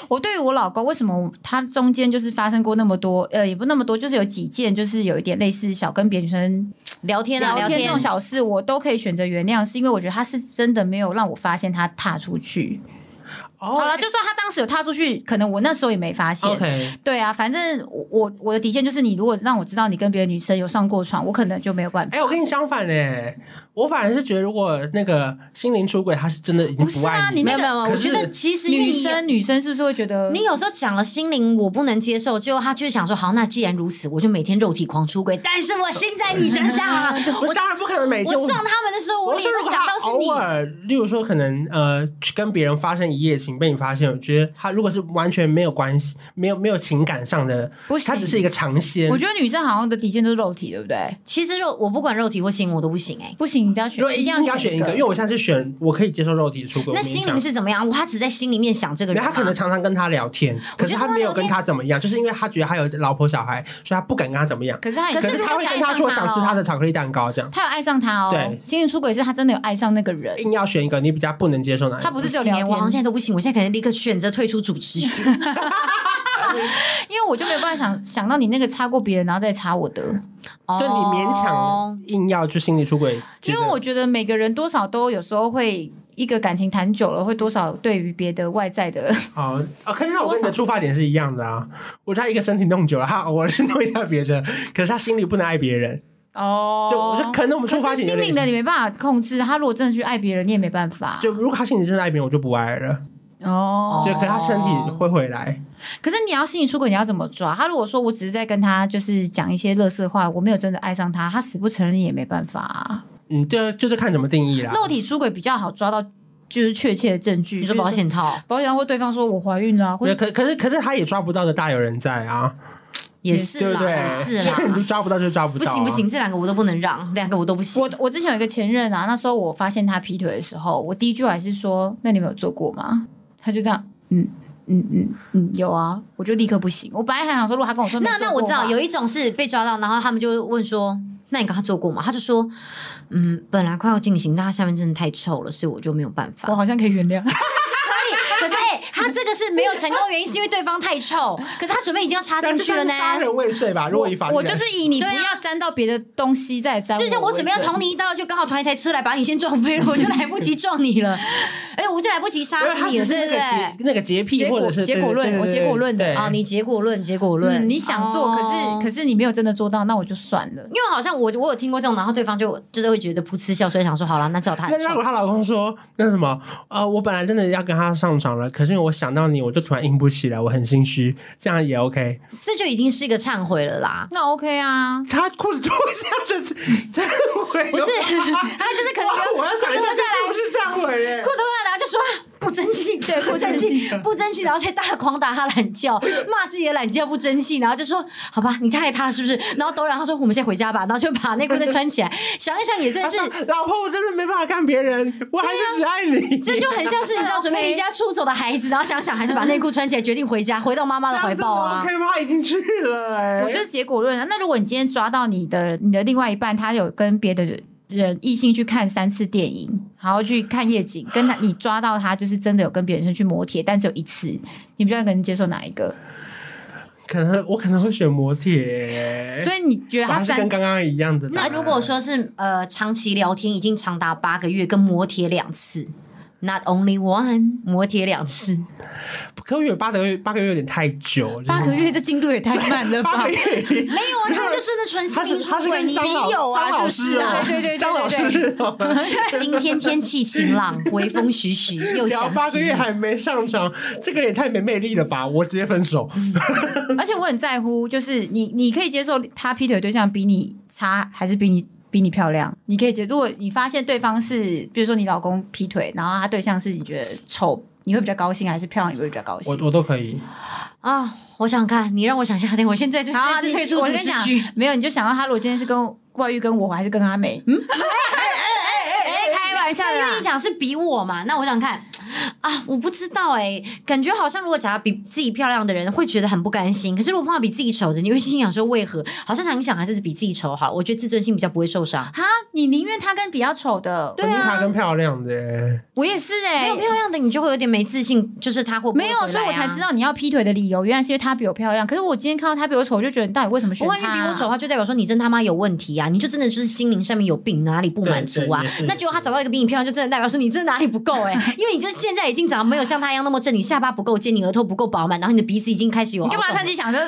S1: 我对于我老公，为什么他中间就是发生过那么多，呃，也不那么多，就是有几件，就是有一点类似小跟别人生
S3: 聊天啊，
S1: 聊
S3: 聊
S1: 天这
S3: 天
S1: 种小事，我都可以选择原谅，是因为我觉得他是真的没有让我发现他踏出去。好
S2: 哦
S1: 了，就算他当时有踏出去，可能我那时候也没发现。
S2: ，OK，
S1: 对啊，反正我我我的底线就是，你如果让我知道你跟别的女生有上过床，我可能就没有办法。
S2: 哎、我跟你相反呢、我反而是觉得如果那个心灵出轨，他是真的已经
S1: 不是
S2: 爱
S1: 啊
S2: 你
S1: 你
S2: 了，
S3: 没
S1: 那个
S3: 有没有，没有我
S2: 可是
S3: 觉得其实因为
S1: 女
S3: 你
S1: 生女生是不是会觉得
S3: 你有时候讲了心灵我不能接受，结果他就想说好，那既然如此，我就每天肉体狂出轨，但是我心在你身上 啊！
S2: 我
S3: 我
S2: 当然不可能每天
S3: 我。上他们的时候，我
S2: 我
S3: 脸
S2: 说，如
S3: 都
S2: 果
S3: 想
S2: 他
S3: 到是
S2: 偶
S3: 你。
S2: 尔，例如说，可能呃，去跟别人发生一夜情被你发现，我觉得他如果是完全没有关系、没有没有情感上的，
S1: 不行
S2: 他只是一个尝鲜。
S1: 我觉得女生好像的底线就是肉体，对不对？
S3: 其实肉我不管肉体或心灵我都不行哎、
S1: 不行，你就要选，
S2: 如果一
S1: 定
S2: 定要选
S1: 一
S2: 一个，因为我现在是选我可以接受肉体出轨，
S3: 那
S2: 我勉
S3: 心
S2: 强
S3: 灵是怎么样？我他只在心里面想这个
S2: 没
S3: 人
S2: 有
S3: 吗、
S2: 他可能常常跟他聊天，可是
S3: 就
S2: 他
S3: 说
S2: 没有
S3: 聊
S2: 跟
S3: 天
S2: 他怎么样，就是因为他觉得他有老婆小孩，所以他不敢跟他怎么样。
S1: 可是他，
S2: 可是
S1: 如果
S2: 他会跟
S1: 爱上
S2: 他说想吃他
S1: 哦
S2: 的巧克力蛋糕，这样
S1: 他有爱上他哦。
S2: 对
S1: 心灵出轨是他真的有爱上那个人，
S2: 硬要选一个你比较不能接受哪一
S1: 他
S2: 个？
S1: 不是只有
S3: 行
S1: 聊
S3: 哎、
S1: 天。
S3: 我好像现在都不行，我现在可能立刻选择退出主持群。
S1: 因为我就没有办法想想到你那个插过别人，然后再插我的，
S2: 就你勉
S3: 哦
S2: 强硬要去心理出轨，
S1: 因为我觉得每个人多少都有时候会。一个感情谈久了，会多少对于别的外在 的，
S2: 好啊，可是那我跟你的出发点是一样的啊。我觉得他一个身体弄久了，他偶尔是弄一下别的，可是他心里不能爱别人。
S1: 哦，
S2: 就我就可能我们出发
S1: 可是
S2: 点有
S1: 心灵
S2: 点
S1: 的你没办法控制，他如果真的去爱别人，你也没办法。
S2: 就如果他心里真的爱别人，我就不爱了。
S1: 哦，
S2: 就可是他身体会回来，
S1: 可是你要心理出轨，你要怎么抓？他如果说我只是在跟他就是讲一些乐色话，我没有真的爱上他，他死不承认也没办法、啊。
S2: 嗯，这就是看怎么定义啦。
S1: 肉体出轨比较好抓到就是确切的证据，
S3: 你说保
S1: 比
S3: 险套
S1: 如说保险或对方说我怀孕了啊，或
S2: 没有
S1: 者
S2: 可可是可是他也抓不到的大有人在啊，
S3: 也是
S2: 对不对？
S3: 啦，也是啦。
S2: 你 抓不到就抓不
S3: 不
S2: 到、啊
S3: 行不，行，这两个我都不能让，两个我都不行。
S1: 我我之前有一个前任啊，那时候我发现他劈腿的时候，我第一句还是说那你们有做过吗？他就这样，嗯嗯嗯嗯，有啊，我就立刻不行。我本来还想说，如果他跟我说
S3: 那
S1: 没
S3: 那
S1: 做
S3: 我
S1: 过
S3: 知道
S1: 嘛
S3: 有一种是被抓到，然后他们就会问说：“那你跟他做过吗？”他就说：“嗯，本来快要进行，但他下面真的太臭了，所以我就没有办法。
S1: 我好像可以原谅。
S3: 可是哎、他这个是没有成功，原因是因为对方太臭，可是他准备已经要插
S2: 但
S3: 进
S2: 这
S3: 去了
S2: 算
S3: 呢
S2: 是。杀人未遂吧？如果以法律
S1: 我
S2: 来
S1: 就
S2: 说，
S1: 是以你不
S3: 对啊
S1: 要沾到别的东西再沾我
S3: 就
S1: 为准，
S3: 像我准备要捅你一刀，就刚好团一台车来把你先撞飞了，我就来不及撞你了， 哎、我就来不及杀
S2: 没有
S3: 死
S2: 他
S3: 你了，
S2: 只是
S3: 对
S2: 那个
S3: 不
S2: 洁
S3: 对？
S2: 那个洁癖
S1: 结果
S2: 或者是
S1: 结果论
S2: 对对对
S1: 我结果论的
S2: 对
S3: 哦，你结果论，结果论，
S1: 嗯，你想做，可
S3: 哦
S1: 是可是你没有真的做到，那我就算了
S3: 因。为好像我我有听过这种，然后对方就就是会觉得噗嗤笑，所以想说好了，那叫他
S2: 那
S3: 很
S2: 那如
S3: 臭
S2: 果。她老公说那什么，呃，我本来真的要跟他上床了，可是因为我想到你，我就突然硬不起来，我很心虚，这样也 OK。
S3: 这就已经是一个忏悔了啦。
S1: 那 OK 啊，
S2: 他裤子脱下的 这样回，
S3: 不是， 他就是可能
S2: 哇，我要想一下，
S3: 脱下
S2: 这是
S3: 来
S2: 不是这样回耶
S3: 裤？头下来就说不争气，
S1: 对不争气
S3: 不争气，然后再大狂打他懒觉，骂自己的懒觉不争气，然后就说好吧，你太爱他了是不是？然后都然后说我们先回家吧，然后就把内裤再穿 起来，想一想也算
S2: 他
S3: 是。
S2: 说老婆，我真的没办法干别人，我还是只爱你。
S3: 这就很像是你知道
S1: OK
S3: 准备离家出走的孩子，然后想想还是把内裤穿起来，决定回家，回到妈妈的怀抱啊
S2: 这。样真的 OK 吗？他已经去了、哎，
S1: 我就是结果论啊。那如果你今天抓到你的你的另外一半，他有跟别的人。人异性去看三次电影，然后去看夜景，跟他你抓到他就是真的有跟别人去磨铁，但只有一次，你不知道能接受哪一个，
S2: 可能我可能会选摩铁、
S1: 所以你觉得
S2: 我
S1: 他
S2: 哎还是
S1: 三
S2: 跟刚刚一样的答
S3: 那
S2: 案。
S3: 如果说是呃长期聊天，已经长达八个月，跟磨铁两次，not only one，磨铁两次，
S2: 可我觉得八个月八个月有点太久，
S1: 八个月这进度也太慢了
S2: 八
S1: 吧
S2: 个？月
S3: 没有啊，他就真的纯心
S2: 他是
S3: 灵出
S2: 他是
S3: 轨，
S2: 跟
S3: 你
S2: 张老
S3: 没有啊，
S2: 张老
S3: 是
S2: 师
S3: 不是啊
S1: 哦？对对对对对
S2: 张老师哦
S3: 今天天气晴 朗，微风徐徐，又
S2: 聊
S3: 想
S2: 八个
S3: 起
S2: 月
S3: 你。
S2: 还没上场，这个人也太没魅力了吧！我直接分手。
S1: 而且我很在乎，就是你你可以接受他劈腿的对象比你差，还是比你比你漂亮？你可以接，如果你发现对方是，比如说你老公劈腿，然后他对象是你觉得丑，你会比较高兴，还是漂亮你会比较高兴
S2: 我？我都可以，
S3: 啊！我想看，你让我想一下，等我现在就
S1: 好
S3: 这次
S1: 你
S3: 退出
S1: 我
S3: 主
S1: 跟
S3: 持
S1: 你讲
S3: 局。
S1: 没有，你就想到他如果今天是跟外遇跟我，还是跟阿美？嗯，哎哎哎哎，开玩笑的
S3: 因为你
S1: 啦。
S3: 讲是比我嘛，那我想看啊，我不知道哎、感觉好像如果长得比自己漂亮的人会觉得很不甘心，可是如果碰到比自己丑的，你会心想说为何？好像想一想还是比自己丑好，我觉得自尊心比较不会受伤。
S1: 哈，你宁愿他跟比较丑的，
S3: 对啊
S2: 她跟漂亮的欸，
S1: 我也是哎、
S3: 没有漂亮的你就会有点没自信，就是他会不会
S1: 没有，
S3: 回来
S1: 所以我
S3: 啊
S1: 才知。道你要劈腿的理由，原来是因为他比我漂亮。可是我今天看到他比我丑，我就觉得你到底为什么
S3: 不
S1: 选
S3: 过
S1: 他、啊
S3: 你比我丑的话，就代表说你真他妈有问题啊！你就真的就是心灵上面有病，哪里不满足啊
S2: 对对也是？
S3: 那结果他找到一个比你漂亮，就真的代表说你真的哪里不够哎、因为你就是现在已经长得没有像他一样那么正，你下巴不够尖，你额头不够饱满，然后你的鼻子已经开始有
S1: 你干嘛
S3: 凹
S1: 趁
S3: 洞了
S1: 机 想说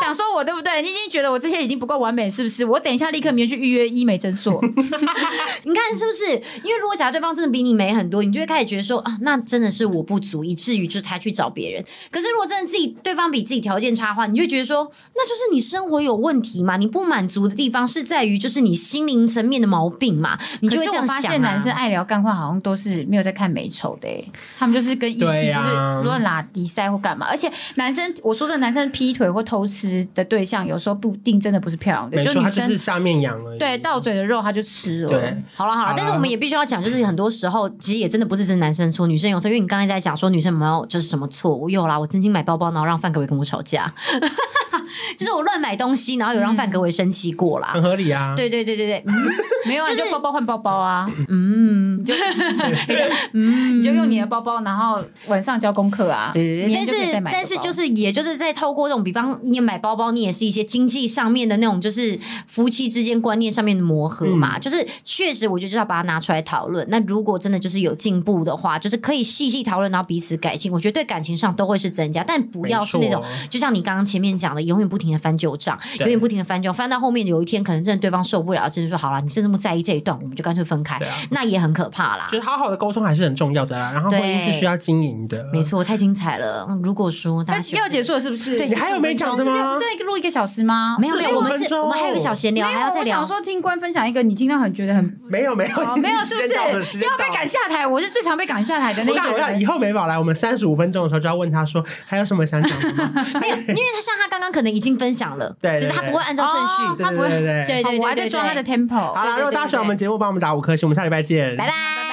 S1: 想说我对不对？你已经觉得我这些已经不够完美，是不是？我等一下立刻明天去预约医美诊所。
S3: 你看是不是？因为如果假如对方真的比你美很多，你就会开始觉得说啊，那真的是我不足，以至于就是他去找别人。可是如果真的自己对方比自己条件差的话，你就会觉得说，那就是你生活有问题嘛，你不满足的地方是在于就是你心灵层面的毛病嘛，你就
S1: 可
S3: 会
S1: 是
S3: 这
S1: 我
S3: 样想、
S1: 发
S3: 啊。
S1: 现男生爱聊干话，好像都是没有在看美丑的、欸，他们就是跟异
S2: 对
S1: 性就
S2: 呀
S1: 是论拉迪赛或干嘛。而且男生，我说的男生劈腿或偷吃的对象，有时候不一定真的不是漂亮的，
S2: 没
S1: 就
S2: 错，她
S1: 女
S2: 就
S1: 生、
S2: 是下面痒而已。
S1: 对到嘴的肉他就吃了。
S2: 对，
S3: 好了好
S2: 好啦，
S3: 了啊但是我们也必须要讲，就是很多时候其实也真的不是真的男生错，女生有错。因为你刚才在讲说女生有没有就是什么错误，有啦，我曾经买包包，然后让范可为跟我吵架， 就是我乱买东西，然后有让范可为生气过啦。
S2: 很合理啊。
S3: 对对对对对，嗯
S1: 没有、啊，
S3: 就是
S1: 你就包包换包包啊，
S3: 嗯，
S1: 你就嗯，你就用你的包包，然后晚上交功课啊。
S3: 对对
S1: 明
S3: 对，
S1: 天
S3: 但
S1: 就可以再
S3: 是
S1: 买
S3: 但是
S1: 包包
S3: 就是也就是在透过这种，比方你买包包，你也是一些经济上面的那种，就是夫妻之间观念上面的磨合
S1: 嗯
S3: 嘛。就是确实，我觉得就是要把它拿出来讨论。那如果真的就是有进步的话，就是可以细细讨论，然后彼此改进。我觉得对感情上都会是增加，但不
S2: 没
S3: 要是那种
S2: 错
S3: 就像你刚刚前面讲的，永远不停的翻旧账，
S2: 对
S3: 永远不停的翻旧，账，翻到后面有一天可能真的对方受不了，真的说好了，你真的这么在意这一段，我们就干脆分开
S2: 对啊，
S3: 那也很可怕啦。
S2: 就是好好的沟通还是很重要的啦，然后婚姻是
S3: 对
S2: 需要经营的，
S3: 没。错，太精彩了。嗯如果说大
S1: 那
S3: 家喜欢
S1: 要结束了是不是？
S3: 对
S2: 你还有没讲的吗
S1: 不？是录一个小时吗？
S3: 哦没有没
S2: 45
S3: 有，我们
S2: 分
S3: 是，
S2: 钟
S3: 我们还有一个小闲聊，
S1: 没有
S3: 还要再
S1: 我
S3: 聊
S1: 想。说听官分享一个，你听到很觉得很
S2: 没有没有、
S1: 哦没有，是不
S2: 时间到了
S1: 是
S2: 时
S1: 又
S2: 间
S1: 要
S2: 到
S1: 被
S2: 了
S1: 赶下台？我是最常被赶下台的那
S2: 我想，
S1: 个
S2: 我想
S1: 人
S2: 以。后美宝来，我们三十五分钟的时候就要问他说还有什么想讲 的吗？
S3: 没有，因为他像他刚刚可能已经分享了，
S2: 对对
S3: 只是他
S2: 对
S3: 不会按照顺
S1: 哦
S3: 序。
S1: 他不会
S2: 对对对对
S3: 对对对
S1: 哦我还
S3: 对
S1: 在
S3: 对
S1: 抓他的
S3: 对
S1: tempo。
S2: 好啦，如果大家喜欢我们节目，帮我们打五颗星，我们下礼拜见，
S3: 拜拜。